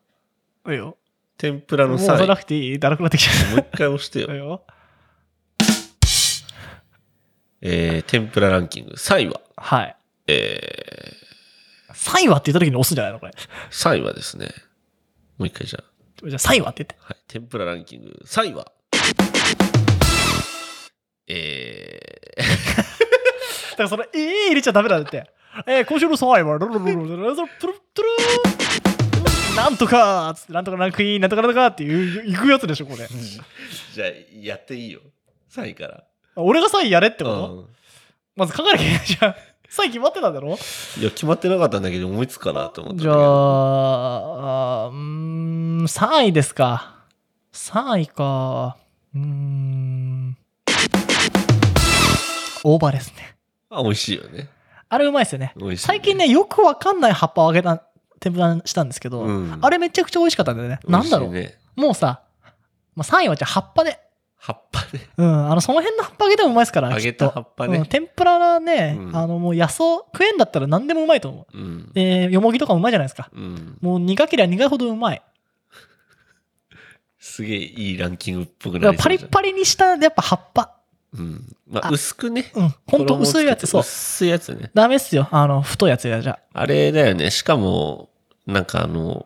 B: いいよ。
A: 天ぷら
B: も
A: の
B: う押
A: さ
B: さ
A: も
B: なくていいだらくなってきちゃ
A: う一回押して
B: った
A: よ。
B: よ。
A: えー、天ぷらランキング。3位は、
B: はい。
A: え
B: 3位はって言った時に押すんじゃないのこれ。
A: ー、3位はですね、もう一回じゃあ、
B: じゃあ3位はって言って。
A: はい、天ぷらランキング3位は、え
B: だからその、えー入れちゃダメだって。えー、今週の3位は、ルルルルルルルルプルプルなんとかつって、なんとかランクイン、なんとかなんとかっていう、いくやつでしょ、これ。
A: ー、じゃあやっていいよ。3位から。
B: 俺が3位やれってこと、
A: うん
B: まず考えなきゃいけないじゃん。3位決まってたんだろ
A: いや、決まってなかったんだけど、思いつくかなと思ったんだ
B: じ
A: け
B: ゃ
A: ど。
B: あ、あーうーん、3位ですか。3位か。うーん。オーバーですね。
A: あ、美味しいよね。
B: あれうまいですよね。
A: 美味しい、
B: 最近、ね、よくわかんない葉っぱをあげた、天ぷらにしたんですけど、
A: うん
B: あれめちゃくちゃ美味しかったんだよね。なんだろう、
A: 美味しいね。
B: もうさ、まあ、3位はじゃあ葉っぱで。
A: 葉っぱね。
B: うん、あの、その辺の葉っぱあげてもうまいですから、
A: 揚
B: き
A: げ
B: っと
A: た葉っぱ
B: うん
A: ね。
B: 天ぷらはね、
A: うん
B: あの、もう野草食えんだったら何でもうまいと思う。
A: うん。
B: で、よもぎとかもうまいじゃないですか。
A: うん。
B: もう苦けりゃ苦いほどうまい。
A: すげえいいランキングっぽく
B: だか
A: な
B: ら
A: り
B: パ
A: そうじ
B: リ
A: ゃん
B: ッパリにした、やっぱ葉っぱ。
A: うん。まあ、
B: あ
A: 薄くね。
B: うん、ほんと薄いやつ、
A: 衣
B: そ
A: を
B: う。
A: つけて薄いやつね。
B: ダメっすよ。あの、太いやつや、じゃ
A: あれだよね。しかも、なんかあの、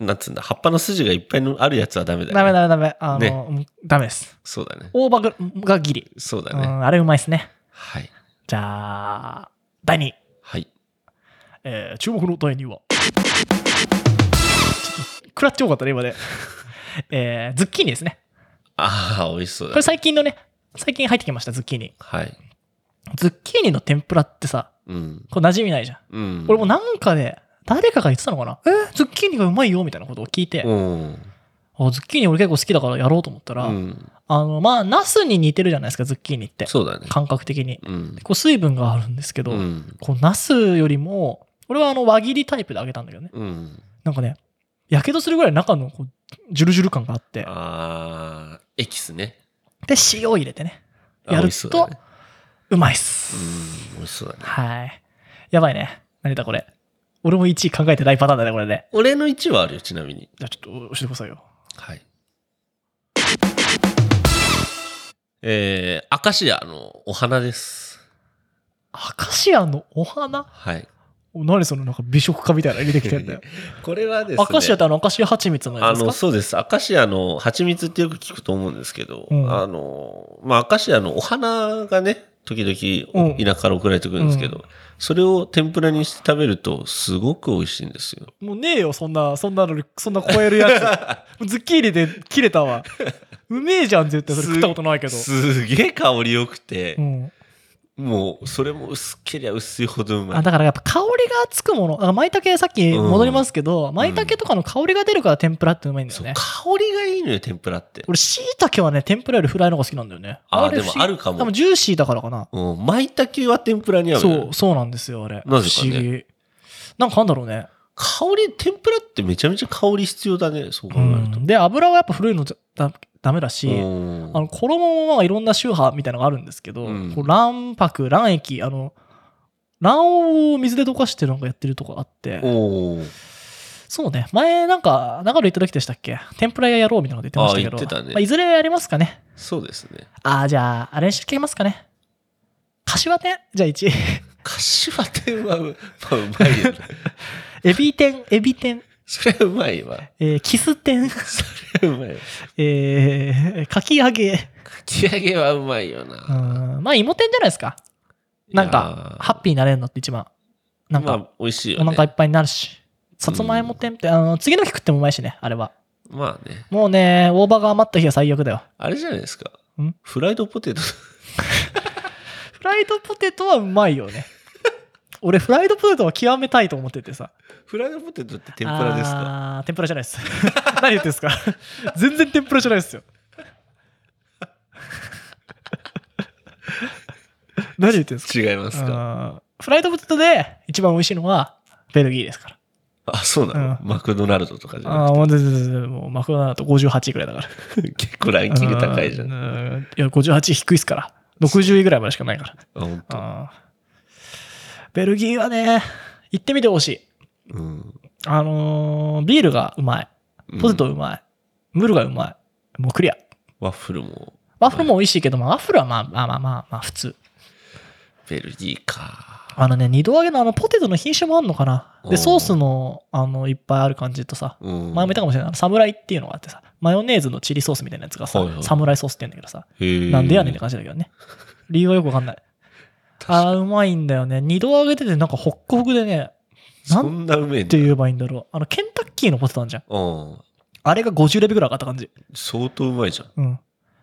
A: なんつうんだ、葉っぱの筋がいっぱいのあるやつはダメだ
B: あ。
A: よね。
B: ダメダメダメ。あの、
A: ね
B: うんダメです。
A: そうだね。
B: 大葉ががギリ。
A: そうだ
B: う
A: ね。
B: ん、あれうまいっすね。
A: はい。
B: じゃあ、第2位。
A: はい。
B: えー注目の第2位は。ちょっと、食らってよかったね、今で。えーズッキーニですね。
A: ああ、美味しそう
B: こ
A: だ
B: れ
A: ね。
B: 最近のね、最近入ってきました、ズッキーニ。
A: はい。
B: ズッキーニの天ぷらってさ、
A: うん。
B: これ馴染みないじゃん。
A: うん。
B: 俺もなんかで、誰かが言ってたのかなえーズッキーニがうまいよみたいなことを聞いて、
A: うん。
B: あズッキーニ俺結構好きだからやろうと思ったら、
A: うん。
B: あの、まあ、ナスに似てるじゃないですか、ズッキーニって。
A: そうだね。
B: 感覚的に。
A: うん。
B: こう、水分があるんですけ
A: う
B: ど、
A: ん。
B: こう、ナスよりも、俺はあの、輪切りタイプで揚げたんだけどね。
A: うん。
B: なんかね、やけどするぐらい中のこうジュルジュル感があって、
A: ああ、エキスね。
B: で、塩を入れてね、
A: あ
B: や
A: 美
B: る
A: 味しそうだ
B: と
A: ね。
B: うまいっ
A: う
B: す。
A: ん。美味しそうだね。
B: はい。やばいね。何だこれ。俺も1位考えてないパターンだね、これね。
A: 俺の1はあるよ、ちなみに。
B: じゃあちょっと教えてくださいよ。
A: はい。えー、アカシアのお花です。
B: アカシアのお花
A: はい。
B: お何そのなんか美食家みたいなの入れてきてんだよ。
A: これはですね。
B: アカシアってあのアカシア蜂蜜のや
A: あ
B: つで
A: の、
B: す
A: そうです。アカシアの蜂蜜ってよく聞くと思うんですけど、
B: うん
A: あの、まあ、アカシアのお花がね、時々
B: うん
A: 田舎から送られてくるんですけど、
B: う
A: それを天ぷらにして食べると、すごく美味しいんですよ。
B: かもうねえよ、そんな、そんなのに、そんな超え るやつ。ズッキーニで切れたわ。うめえじゃん、絶対。それ食ったことないけど。
A: すげえ香り良くて
B: う、ん。
A: もう、それも薄けりゃ薄いほどうま
B: あ
A: い。
B: だからやっぱ香りがつくもの、あ舞茸さっき戻りますけど、舞茸とかの香りが出るから天ぷらってうまいんだよ
A: そう
B: ね
A: 香。りがいいのよ、天ぷらって。
B: 俺、椎茸はね、天ぷらよりフライの方が好きなんだよね。
A: あー
B: れ
A: でもあるかも
B: 多分ジューシーだからかな。
A: うん、舞茸は天ぷらに合うよね、
B: そう、そうなんですよ、あれ。
A: なぜかね
B: 不思議。なんかあんだろうね。
A: 香り、天ぷらってめちゃめちゃ香り必要だね、そう考
B: う
A: えると。
B: ん。で、油はやっぱ古いのじゃだダメだし、
A: うん
B: あの衣もまあいろんな宗派みたいなのがあるんですけど、
A: うん
B: こう卵白、卵液、あの、卵黄を水で溶かしてなんかやってるとこあって、
A: おー
B: そうね。前、なんか、長野行った時でしたっけ天ぷら屋やろうみたいなこと言ってましたけど。
A: あ言ってたね
B: まあ、いずれやりますかね。
A: そうですね。
B: ああ、じゃあ、あれにしときますかね。柏店じゃあ1位。
A: 柏天はう,、 まあ、うまいよね。
B: エビ天、エビ天、
A: それはうまいわ。
B: えーキス天、
A: それはうまいわ。
B: えーかき揚げ。
A: かき揚げはうまいよ
B: う
A: な。
B: ん。まあ、芋天じゃないですか。なんか、ハッピーになれるのって一番。
A: いや
B: な
A: ー
B: んか、
A: まあ、美味しいよ
B: お
A: ね。
B: 腹いっぱいになるし。さつまいも天って、あの、次の日食ってもうまいしね、あれは。
A: まあね。
B: もうね、大葉が余った日は最悪だよ。
A: あれじゃないですか
B: ん。
A: フライドポテト。
B: フライドポテトはうまいよ ね。俺、フライドポテトは極めたいと思っててさ。
A: フライドポテトって天ぷらですか
B: あー天ぷらじゃないです。 何言ってんですか 全然天ぷらじゃないで すよ。何言ってんですか
A: 違いますか
B: あーフライドポテトで一番美味しいのはベルギーですから。
A: あ、そうなの
B: う
A: マクドナルドとかじゃ
B: あ
A: な
B: あー、もう全然全然もうマクドナルド58位ぐらいだから。
A: くて。 結構ランキング高いじゃん。あ、
B: うんいや、58位低いですから。60位ぐらいまでしかないから。
A: ほんと。
B: あーベルギーはね、行ってみてほしい。
A: うん。
B: あのービールがうまい。ポテトうまい。ムールがうまい。もうクリア。
A: ワッフルも
B: ワッフルも美味しいけど、まあ、ワッフルはまあまあまあまあ、まあ、普通。
A: ベルギーか。
B: あのね、二度揚げのあのポテトの品種もあんのかな。
A: おー
B: で、ソースの、あの、いっぱいある感じとさ、
A: うん
B: 前も言ったかもしれないあの。サムライっていうのがあってさ、マヨネーズのチリソースみたいなやつがさ、
A: はいはい
B: サムライソースって言うんだけどさ、
A: へー
B: なんでやねんって感じだけどね。理由はよくわかんない。ああ、うまいんだよね。二度揚げてて、なんかホックホクでね、な
A: そ
B: ん
A: んなうめえん
B: て
A: だ
B: 言えばいいんだろう。あの、ケンタッキーのポテトあんじゃん。
A: うん。
B: あれが50レベルぐらい上がった感じ。
A: 相当うまいじゃん。
B: うん。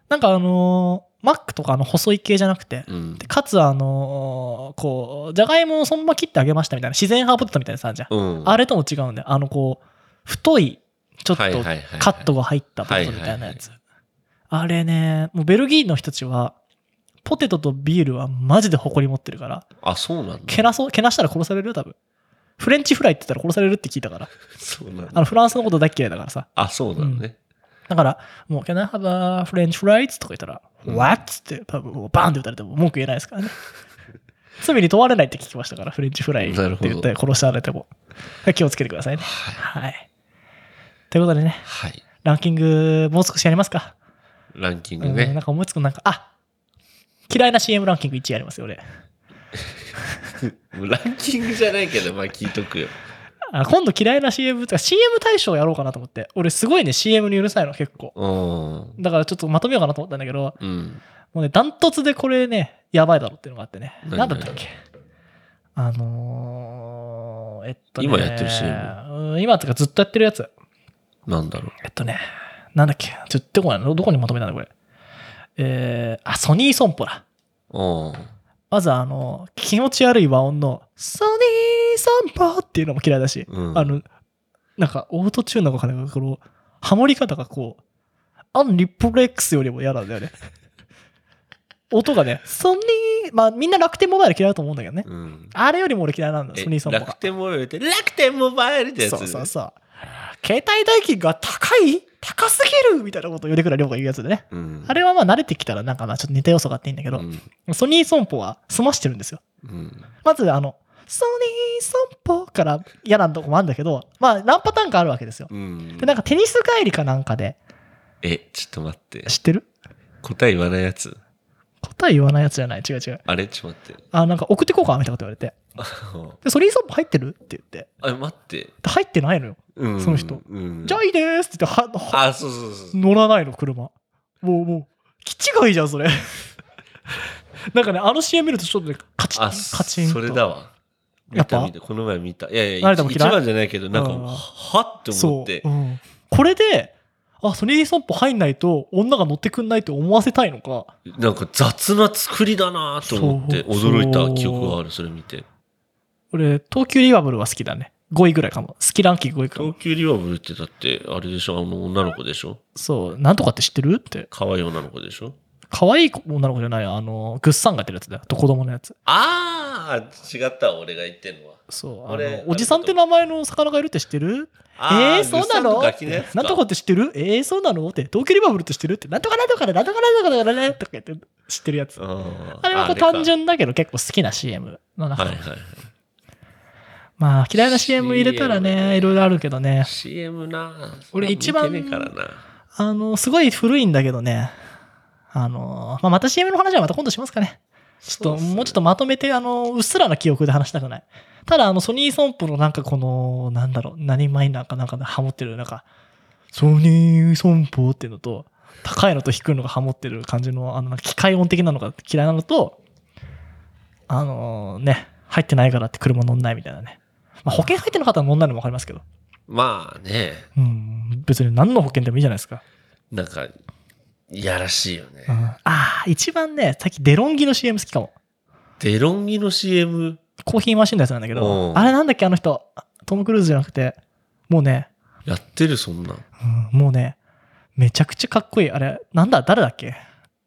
B: なんかあのーマックとかあの細い系じゃなくて、
A: うん
B: で。かつあのーこう、じゃがいもをそのまま切ってあげましたみたいな、自然派ポテトみたいなさ、あんじゃん。
A: うん。
B: あれとも違うんだよ。あの、こう、太い、ちょっと
A: はいはいはいはい
B: カットが入ったポテトみたいなやつ。あれね、もうベルギーの人たちは、ポテトとビールはマジで誇り持ってるから、
A: あ、そうなんだ。
B: けなそう、けなしたら殺されるよ、多分。フレンチフライって言ったら殺されるって聞いたから。
A: そうなん
B: あ
A: だ。
B: の、フランスのこと大っ嫌いだからさ。
A: あ、そうなのね。
B: だから、もう、Can I have a French fries? とか言ったら、
A: うん
B: What? って、多分もうバーンって打たれても文句言えないですからね。 罪に問われないって聞きましたから、フレンチフライって言って殺されても。気をつけてくださいね。
A: はい。
B: はい。ということでね、
A: はい。
B: ランキング、もう少しやりますか。
A: ランキン
B: う
A: グ
B: んな
A: ね
B: ん。か思いつくなんか、あ嫌いな CM ランキング1位ありますよ、俺。
A: ランキングじゃないけど、まあ聞いとくよ。
B: あ今度嫌いな CM とか CM 大賞やろうかなと思って。俺すごいね、CM にうるさいの結構。
A: うん。
B: だからちょっとまとめようかなと思ったんだけど、
A: うん。
B: もうね、ダントツでこれね、やばいだろっていうのがあってね。
A: 何
B: なんだったっけあのー、えっとね、
A: 今やってる CM
B: うん今とかずっとやってるやつ。
A: なんだろ
B: えっとね、なんだっけちょっとこないどどこにまとめたんだこれ。えー、あ、ソニーソンポだ。
A: う。
B: まずあの、気持ち悪い和音の、ソニーソンポっていうのも嫌いだし、
A: うん。
B: あ、の、なんかオートチューンのかなんかこの、ハモり方がこう、アンリプレックスよりも嫌なんだ よね。音がね、ソニー、まあみんな楽天モバイル嫌いだと思うんだけどね。
A: うん。
B: あれよりも俺嫌いなんだ、
A: え
B: ソニーソンポが
A: 楽。天モバイルって、楽天モバイルってやつ。
B: そうそうそう。携帯代金が高い高すぎるみたいなことを米倉涼が言うやつでね。
A: うん。
B: あれはまあ慣れてきたらなんかまあちょっと似た要素があっていいんだけ
A: う
B: ど、
A: ん。
B: ソニー損保は済ましてるんですよ。
A: うん。
B: まずあの、ソニー損保から嫌なとこもあるんだけど、まあ何パターンかあるわけですよ。
A: うん
B: で、なんかテニス帰りかなんかで、
A: え、ちょっと待って。
B: 知ってる
A: 答え言わないやつ。
B: 答え言わないやつじゃない。違う違う。
A: あれちょっと待って。
B: あ、なんか送ってこうかみたいなこと言われて。で、ソニー損保入ってるって言って。
A: あ、待って。
B: で入ってないのよ。
A: うん。
B: その人
A: うん。
B: じゃあいいですって言って、は、は
A: あ、そうそうそうそう。
B: 乗らないの車もうもう気違いじゃんそ れなんかねあの CM 見るとちょっとねカチン
A: あ、
B: カチンと
A: それだわ。
B: やっぱ
A: 見た見たこの前見た。いやいや、
B: あれ
A: 一
B: でも嫌い
A: 番じゃないけど、なんか、
B: うん
A: はって思
B: そ
A: っ
B: う
A: て、。
B: うんこれであソニー損保入んないと女が乗ってくんないって思わせたいのか
A: なんか雑な作りだなと思って、
B: そう
A: 驚いた記憶がある、それ見て。
B: 俺東急リバブルは好きだね5位ぐらいかも好きランキング5位かも
A: 東急リバブルってだって、あれでしょ、あの女の子でしょ
B: そうなんとかって知ってるって
A: 可愛い女の子でしょ
B: 可愛い女の子じゃないあのグッサンがやってるやつだよと子供のやつ
A: あー、違ったわ、俺が言ってんのは。
B: そうあ
A: 俺
B: のおじさんって名前の魚がいるって知ってる
A: あー
B: えー、そう
A: グ
B: な
A: ッサンと
B: の
A: ガキやつ
B: なんとかって知ってるえー、そうなのって、東京リバブルって知ってるって、なんとかなんとかで、なんとかなんとかだからね、とか言って知ってるやつ。
A: あ
B: あれはこう
A: か
B: 単純だけど結構好きな CM の中
A: はい
B: で。
A: はいはい。
B: まあ、嫌いな CM 入れたら
A: CM ね
B: ね、いろいろあるけどね。
A: CM な
B: 俺一番
A: 見てねえからな。
B: あの、すごい古いんだけどね。あの、まあ、また CM の話はまた今度しますかね。ちょっと、もうちょっとまとめて、あの、うっすらな記憶で話したくない。ただ、あの、ソニーソンプのなんかこの、なんだろう、何マイナーかなんかでハモってる、なんか、ソニーソンプっていうのと、高いのと低いのがハモってる感じの、あの、なんか機械音的なのが嫌いなのと、あのね、入ってないからって車乗んないみたいなね。まあ、保険入ってなかったら乗んないのもわかりますけど。
A: まあね、
B: うん、別に何の保険でもいいじゃないですか。
A: なんか、いやらしいよね。
B: ああー、一番ね、最近デロンギの CM 好きかも。
A: デロンギの CM、
B: コーヒーマシンのやつなんだけど
A: う、ん
B: あれなんだっけ、あの人。トム・クルーズじゃなくて、もうね、
A: やってる、そんなん。
B: うんもうね、めちゃくちゃかっこいい。あれ、なんだ、誰だっけ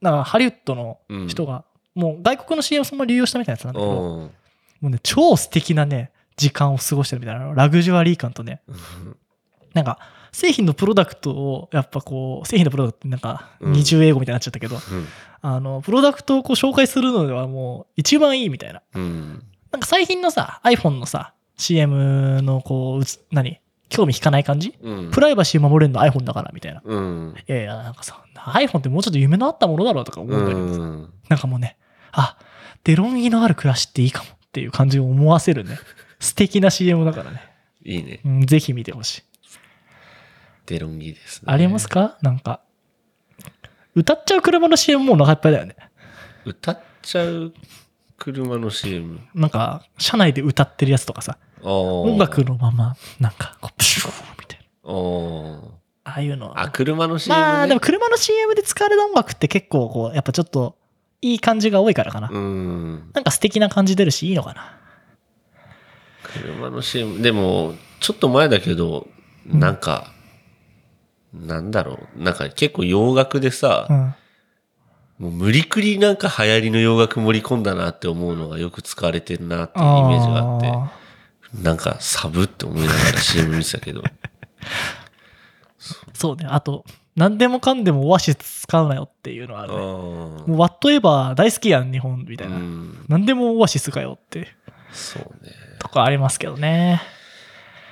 B: なんかハリウッドの
A: うん
B: 人が、もう外国の CM そのまま流用したみたいなやつなんだけど、も
A: うん。
B: うね、超素敵なね、時間を過ごしてるみたいな、ラグジュアリー感とね、なんか、製品のプロダクトを、やっぱこう、製品のプロダクトってなんか、
A: うん
B: 二重英語みたいになっちゃったけど、あの、プロダクトをこう紹介するのではもう、一番いいみたいな。
A: うん。
B: なんか最近のさ、iPhone のさ、CM のこう、うつ何興味引かない感じ
A: うん。
B: プライバシー守れるの iPhone だからみたいな。
A: うん。
B: いやいや、なんかさ、iPhone ってもうちょっと夢のあったものだろうとか思うんだけど、
A: うん。
B: なんかもうね、あ、デロンギのある暮らしっていいかもっていう感じを思わせるね。素敵な CM だからね。
A: いいね。
B: うん、ぜひ見てほしい。
A: デロンギですね。
B: ありますかなんか。歌っちゃう車の CM もうお腹いっぱいだよね。
A: 歌っちゃう車の CM。
B: なんか、車内で歌ってるやつとかさ、音
A: 音
B: 楽のまま、なんか、こうプシューみたいな。
A: お
B: ああいうの。
A: あ、車の CM、ね。
B: まあ、でも車の CM で使われる音楽って結構、こう、やっぱちょっと、いい感じが多いからかな。
A: うん。
B: なんか素敵な感じ出るし、いいのかな。
A: 車の CM。でも、ちょっと前だけど、なんか、なんだろう。なんか結構洋楽でさ、
B: うん。
A: もう無理くりなんか流行りの洋楽盛り込んだなって思うのがよく使われてるなっていうイメージがあって。
B: ー
A: なんかサブって思いながら CM 見てたけど。
B: そうね。あと、何でもかんでもオアシス使うなよっていうの はあるね。
A: う
B: もう、ワットエバー大好きやん、日本、みたいな。
A: ん。
B: 何でもオアシスかよって、
A: そうね。
B: とかありますけどね。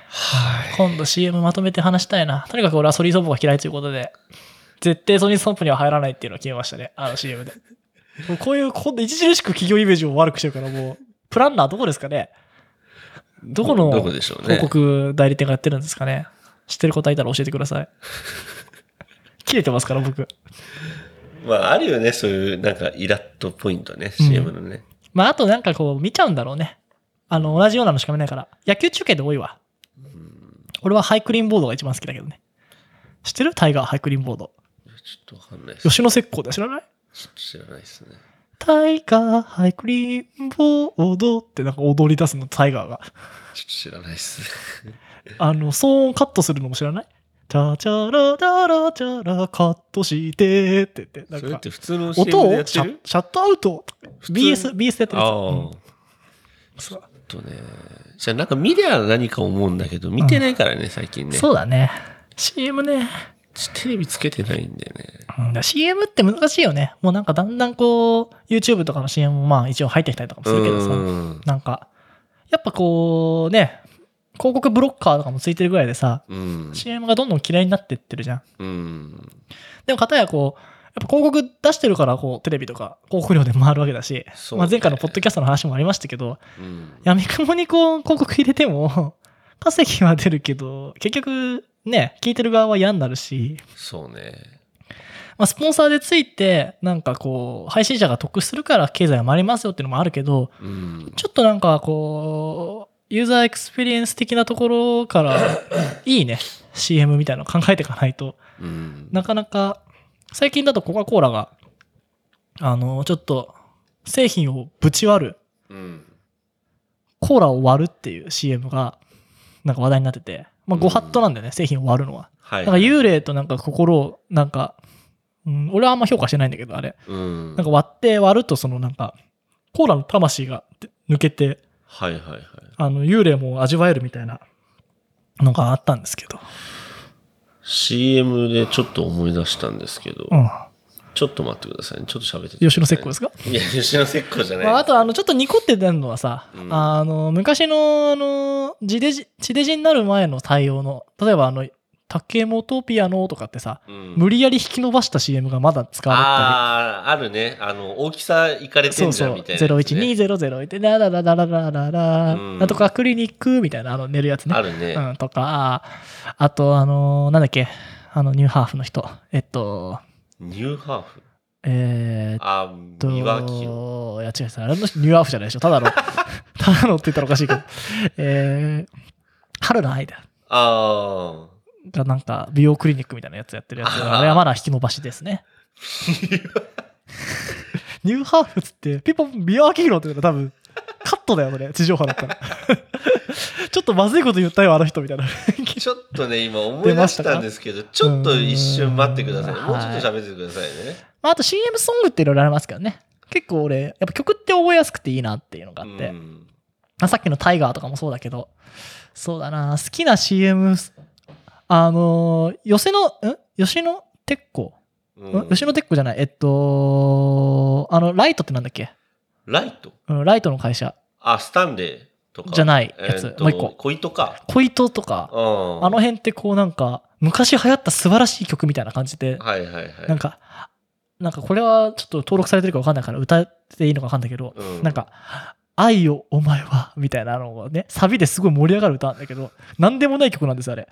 A: はい。
B: 今度 CM まとめて話したいな。とにかく俺はソニーソンプが嫌いということで、絶対ソニーソンプには入らないっていうのを決めましたね、あの CM で。もうこういう、こんな著しく企業イメージを悪くしてるから、もう、プランナーどこですかねどこの
A: どこで
B: 広
A: しょうね。
B: 告代理店がやってるんですかね知ってる答えいたら教えてください。切れてますから、僕。
A: まあ、あるよね。そういう、なんか、イラッとポイントね。
B: うん
A: CM のね。
B: まあ、あとなんかこう、見ちゃうんだろうね。あの、同じようなのしか見ないから。野球中継で多いわ。俺はハイクリーンボードが一番好きだけどね。知ってるタイガーハイクリーンボード。
A: ちょっとわかんないです。
B: 吉野石膏だ知らない
A: ちょっと知らないですね。
B: タイガーハイクリーンボードってなんか踊り出すのタイガ ーが。
A: ちょっと知らないですね。
B: あの、騒音カットするのも知らないチャチャラダラチャラカットしてって言って、な
A: それっ
B: んか
A: て、普通の CM
B: 音
A: でや
B: を
A: っ
B: シ
A: て
B: ャ
A: る
B: シャットアウト
A: 普通に
B: BS、BS でやってるや
A: ああ。
B: つそう
A: ちょっとね。じゃあ、なんか見りゃ何か思うんだけど、見てないからね、最近ね。
B: そうだね。CM ね。
A: テレビつけてないんだよね。
B: うんだから CM って難しいよね。もうなんかだんだんこう、YouTube とかの CM もまあ一応入ってきたりとかもするけどさ。
A: うん。
B: なんか、やっぱこうね、広告ブロッカーとかもついてるぐらいでさ、
A: うん。
B: CM がどんどん嫌いになってってるじゃん。
A: うん。
B: でも、かたやこう、やっぱ広告出してるから、こう、テレビとか広告料で回るわけだし、
A: そうね
B: まあ、前回のポッドキャストの話もありましたけど、
A: うん
B: やみくもにこう、広告入れても、 稼ぎは出るけど、結局、ね、聞いてる側は嫌になるし、
A: そうね。
B: まあ、スポンサーでついて、なんかこう、配信者が得するから経済が回りますよっていうのもあるけど、
A: うん。
B: ちょっとなんかこう、ユーザーエクスペリエンス的なところから、いいね、CM みたいなの考えていかないと、
A: うん。
B: なかなか、最近だとコカ・コーラが、あの、ちょっと、製品をぶち割る、
A: うん。
B: コーラを割るっていう CM が、なんか話題になってて、まあ、ご法度なんだよね、製品を割るのは。
A: は。
B: ないんか幽霊となんか心を、なんか、うん、俺はあんま評価してないんだけど、あれ。
A: うん
B: なん。か割って割ると、そのなんか、コーラの魂が抜けて、
A: はいはいはい。
B: あの、幽霊も味わえるみたいなのがあったんですけど。
A: CM でちょっと思い出したんですけど、
B: うん。
A: ちょっと待ってくださいね。ちょっと喋ってて。
B: 吉野石膏ですか、
A: いや、吉野石膏じゃない。
B: まあ、あと、あの、ちょっとニコって出るのはさ、
A: うん
B: あの、昔の、あの、地デジ、地デジになる前の対応の、例えばあの、竹本ピアノとかってさ、
A: うん
B: 無理やり引き伸ばした CM がまだ使わ
A: ああ、あるね。あの、大きさいかれ
B: れてた
A: て
B: り。
A: ん
B: そ
A: じゃ
B: うそ
A: ん
B: う。
A: みたいなやつね、
B: 012001って、ララララララララ、
A: うん
B: なんとかクリニックみたいな、あの、寝るやつね。
A: あるね。
B: うん、とか、あと、あの、なんだっけ、あの、ニューハーフの人。えっと、
A: ニューハーフ。
B: えー、
A: あ
B: えっ
A: ー、
B: と、
A: ミワキの。
B: いや違う違う、あれの人ニューアーフじゃないでしょ。ただの、 ただのって言ったらおかしいけど。えー、春の愛だ。
A: ああ。
B: がなんか、美容クリニックみたいなやつやってるやつ
A: あー
B: が、あれはまだ引き伸ばしです ね。ニューハーフっつって、ピンポン、美容ヒーローって言ったら多分、カットだよ、それ。地上波だ ったら。ちょっとまずいこと言ったよ、あの人みたいな。
A: ちょっとね、今思い出したんですけど、ちょっと一瞬待ってください。
B: うん
A: もうちょっと喋ってくださいね。
B: まあ、あと CM ソングっていろいろありますけどね。結構俺、やっぱ曲って覚えやすくていいなっていうのがあって。
A: うん
B: あさっきのタイガーとかもそうだけど、そうだな、好きな CM、あのー、寄せの、ん吉野鉄工、
A: うん
B: ん、吉野鉄工じゃない、えっと、あの、ライトってなんだっけ
A: ライト
B: うんライトの会社。
A: あ、スタンレー。とか。
B: じゃないやつ
A: えーと
B: もう一個
A: 小糸か。
B: 小糸とか、
A: あ
B: あの辺ってこうなんか、昔流行った素晴らしい曲みたいな感じで、
A: はいはいはい。
B: なんか、なんかこれはちょっと登録されてるかわかんないから歌っていいのかわかんないけど、
A: うん
B: なんか、愛をお前は、みたいなのがね、サビですごい盛り上がる歌なんだけど、なんでもない曲なんです、あれ。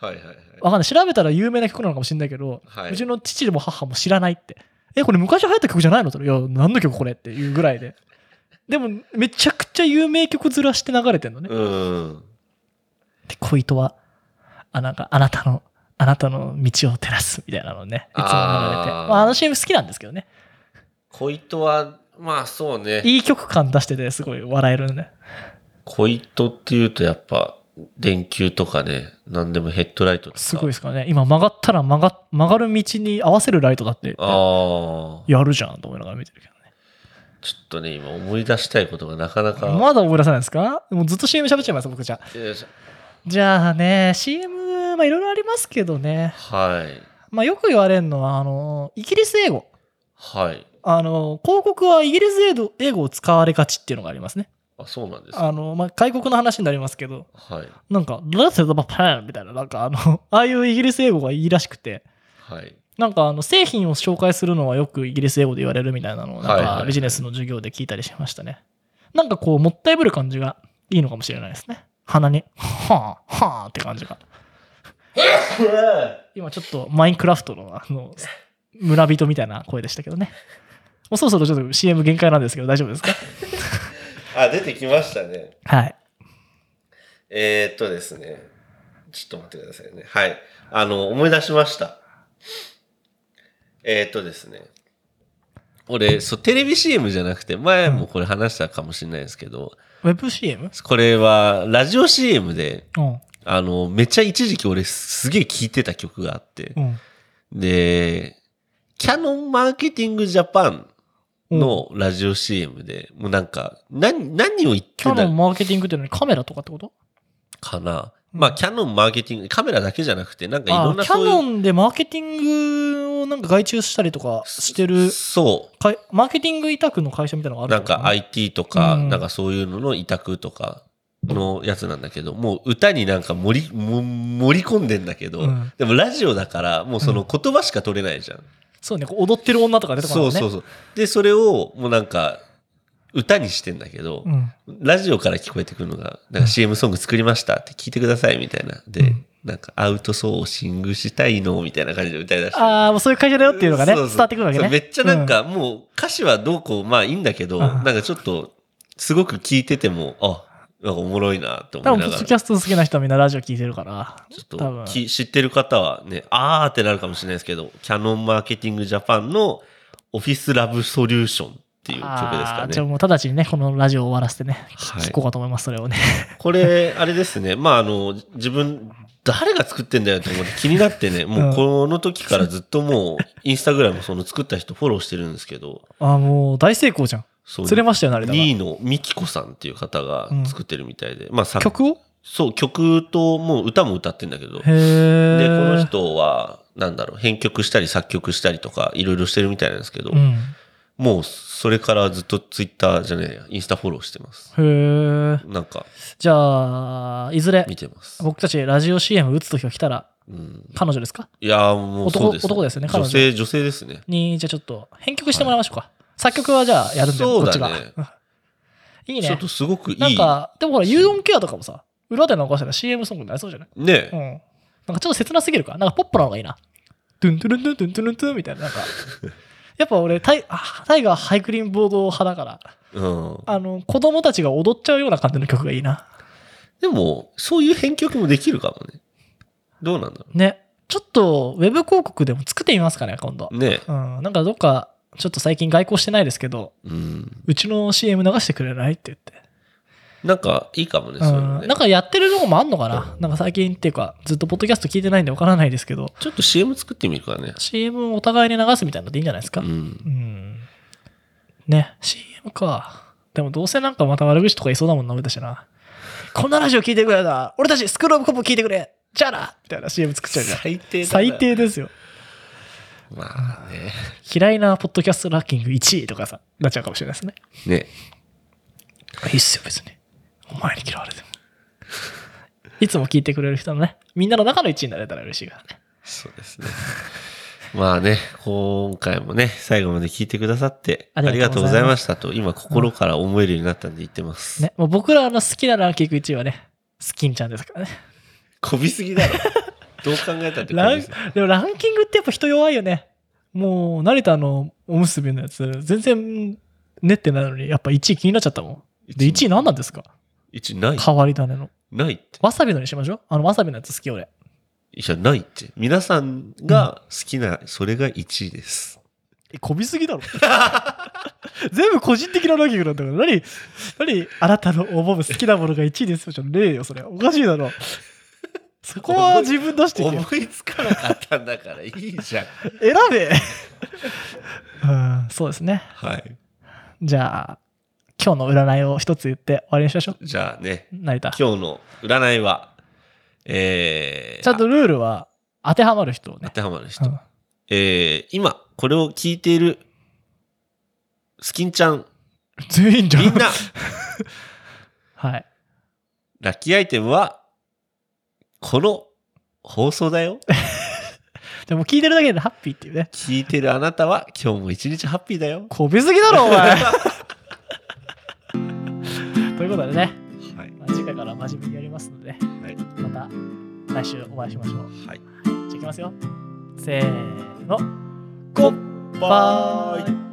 A: はいはいはい。
B: わかんない。調べたら有名な曲なのかもしれないけど、
A: はいう
B: ちの父も母も知らないって。え、これ昔流行った曲じゃないのと。いや、何の曲これっていうぐらいで。でも、めちゃくちゃ有名曲ずらして流れてんのね。
A: うん。
B: で、恋とは、あ、なんか、あなたの、あなたの道を照らすみたいなのね、いつも流れて。
A: あー
B: まあ、あの CM 好きなんですけどね。
A: 小糸は、まあそうね。
B: いい曲感出してて、すごい笑えるね。
A: 小糸っていうとやっぱ、電球とかね、何でもヘッドライトとか。
B: すごいですからね。今曲がったら曲が曲がる道に合わせるライトだって、
A: ああ。
B: やるじゃんと思いながら見てるけどね。
A: ちょっとね、今思い出したいことがなかなか。
B: まだ思い出さないですかもうずっと CM 喋っちゃいます、僕じゃあ。
A: よいしょ
B: じゃあね、CM、まあいろいろありますけどね。
A: はい。
B: まあよく言われるのは、あの、イギリス英語。
A: はい。
B: あの、広告はイギリス英語英語を使われがちっていうのがありますね。
A: あ、そうなんですか。
B: あの、まあ外国の話になりますけど、
A: はい。
B: なんか、Let's have a plan みたいな、なんかあの、 ああいうイギリス英語がいいらしくて。
A: はい。
B: なんかあの製品を紹介するのはよくイギリス英語で言われるみたいなのをなん
A: はいはい
B: か
A: はい
B: ビジネスの授業で聞いたりしましたね。なんかこうもったいぶる感じがいいのかもしれないですね。鼻に、はあ、はあって感じが。今ちょっとマインクラフトのあの村人みたいな声でしたけどね。もうそろそろちょっと CM 限界なんですけど大丈夫ですか
A: あ、出てきましたね。
B: はい。
A: えー、っとですね。ちょっと待ってくださいね。はい。あの、思い出しました。えー、っとですね。俺、そう、テレビ CM じゃなくて、前もこれ話したかもしれないですけど、
B: WebCM?
A: これは、ラジオ CM で、
B: うん。
A: あの、めっちゃ一時期俺すげえ聴いてた曲があって
B: う、ん。
A: で、キャノンマーケティングジャパンのラジオ CM で、もうなんか、何、何を言って
B: キャ
A: た
B: ノンマーケティングっていうのにカメラとかってこと
A: かな。まあ、キャノンマーケティング、カメラだけじゃなくて、なんかい
B: あ
A: ろん
B: ー
A: な
B: キャ
A: そう
B: ノ
A: いう。
B: ンでマーケティングをなんか外注したりとかしてる
A: そ
B: かいマーケティング委託の会社みたいなの
A: う。
B: が
A: な
B: ある
A: ん
B: ってこと
A: か IT とか、
B: うん
A: なんかそういうのの委託とかのやつなんだけど、もう歌になんか盛り、も盛り込んでんだけど、
B: うん
A: でもラジオだから、もうその言葉しか取れないじゃん。
B: そうねこう踊ってる女とか出てこない
A: そ
B: も
A: うん
B: ね
A: そうそう。で、それをもうなんか、歌にしてんだけど、
B: うん
A: ラジオから聞こえてくるのが、なんか CM ソング作りましたって聞いてくださいみたいな。で、
B: うん
A: なんかアウトソーシングしたいのみたいな感じで歌い出して。
B: ああもうそういう会社だよっていうのがね
A: そそ
B: 伝わってくるわけ
A: そ
B: ね
A: うめっちゃなんかもう歌詞はどうこう、まあいいんだけど、
B: ん
A: なんかちょっと、すごく聞いてても、あ、なんかおもろいなと
B: うん多
A: 思いなが
B: 分ポッ
A: ら。
B: ド
A: ち
B: キ
A: ょ
B: ャスト好きな人はみんなラジオ聞いてるから
A: っ
B: 多分
A: とき知ってる方はね、あーってなるかもしれないですけど、キャノンマーケティングジャパンのオフィスラブソリューションっていう曲です
B: あ
A: か
B: ーじゃあ
A: ね。
B: もう直ちにねこのラジオを終わらせてね
A: はい
B: 聞こうかと思いますそれをね
A: これ、あれですね。まあ、あの、自分、誰が作ってんだよと思って気になって ね、もうこの時からずっともう、インスタグラムその作った人フォローしてるんですけど、
B: あーもう大成功じゃん
A: そう
B: 釣れましたよねあれだ
A: 2位のミキコさんっていう方が作ってるみたいで、まあさ
B: 曲を
A: そう、曲ともう歌も歌ってんだけど、
B: へえ
A: で、この人は、なんだろう、編曲したり作曲したりとか、いろいろしてるみたいなんですけど、
B: うん
A: もうそれからずっとツイッターじゃねえや、インスタフォローしてます。
B: へえ
A: なんか、
B: じゃあいずれ
A: 見てます。
B: 僕たちラジオ CM 打つ時が来たら
A: うん、
B: 彼女ですか
A: いやーもうそうです、
B: 男男ですよね彼女
A: 女性、女性ですね。
B: に、じゃあちょっと、編曲してもらいましょうか。作曲はじゃあやるんで、
A: そ
B: こ
A: う
B: っ
A: だ
B: ち
A: ね
B: が。 うんいい
A: ちょっ
B: ね
A: と。すごくいい。
B: なんか、でもほら、ユーオンケアとかもさ、裏で流したら CM ソングになりそうじゃない
A: ね
B: う、ん。なんかちょっと切なすぎるから、なんかポップなのがいいな。トゥントゥルントゥントゥントゥルントゥンみたいな、な んか。やっぱ俺タイ、あタイガーハイクリーンボード派だから、
A: うん。
B: あの、子供たちが踊っちゃうような感じの曲がいいな。
A: でも、そういう編曲もできるかもね。どうなんだろ
B: ね。ちょっと、ウェブ広告でも作ってみますかね、今度
A: う。。ね
B: うん。なんかどっか、ちょっと最近外交してないですけど、
A: うん。
B: うちの CM 流してくれないって言って。
A: なんか、いいかもね、そうれ
B: ん
A: ね。
B: なんかやってるとこもあんのかな、
A: う
B: なんか最近っていうか、ずっとポッドキャスト聞いてないんでわからないですけど、
A: ちょっと CM 作ってみるかね。
B: CM をお互いに流すみたいなのでいいんじゃないですか、
A: う
B: うん、
A: ん。
B: ね、CM か。でもどうせなんかまた悪口とか言いそうだもんな、俺たちな。こんなラジオ聞いてくれだ。俺たちスクールオブコップ聞いてくれ。じゃあなみたいな CM 作っちゃうじゃん。
A: 低だな
B: 最。低ですよ。
A: まあね。
B: 嫌いなポッドキャストランキング1位とかさ、なっちゃうかもしれないですね。
A: ね。
B: いいっすよ、別に。お前に嫌われても。いつも聞いてくれる人のね、みんなの中の1位になれたら嬉しいからね。
A: そうですね。まあね、今回もね、最後まで聞いてくださってあ
B: あ
A: り
B: り
A: がと
B: がと
A: う
B: う
A: ござ
B: ござ
A: い
B: い
A: ま
B: ま
A: したと、今心から思えるようになったんで言ってます。
B: ね、もう僕らの好きなランキング1位はね、スキンちゃんですからね。
A: こびすぎだろ。どう考えたってこ
B: ラ
A: び
B: ン
A: す
B: でもランキングってやっぱ人弱いよね。もう、成田のおむすびのやつ、全然ねってないのに、やっぱ1位気になっちゃったもん。で、1位何なんですか
A: 一ない。
B: 変わり種の。
A: ないって。
B: わさびのにしましょう。あの、わさびのやつ好き俺。
A: いや、ないって。皆さんが好きな、それが1位です。
B: え、こびす ぎだろ。全部個人的なランキングなんだから。何、何、あなたの思う好きなものが1位ですよ。じゃねえよ、それ。おかしいだろ。そこは自分出していけよ
A: 思いつかなかったんだからいいじゃん。
B: 選べうん、そうですね。
A: はい。
B: じゃあ、今日の占いを一つ言って終わりにしましょう。
A: じゃあね、
B: 成田。
A: 今日の占いは、えー、
B: ちゃんとルールは当てはまる人を
A: 当
B: ね。
A: てはまる人
B: う。ん
A: えー、今、これを聞いている、スキンちゃん、
B: 全員じゃん。
A: みんな、
B: はい。
A: ラッキーアイテムは、この放送だよ。
B: でも聞いてるだけでハッピーっていうね。
A: 聞いてるあなたは、今日も一日ハッピーだよ。
B: こびすぎだろ、お 前。ということでね、
A: はい。
B: まあ次回から真面目にやりますので、
A: はい
B: また来週お会いしましょう。
A: はい。
B: じゃあいきますよ。せーの。こっぱーい。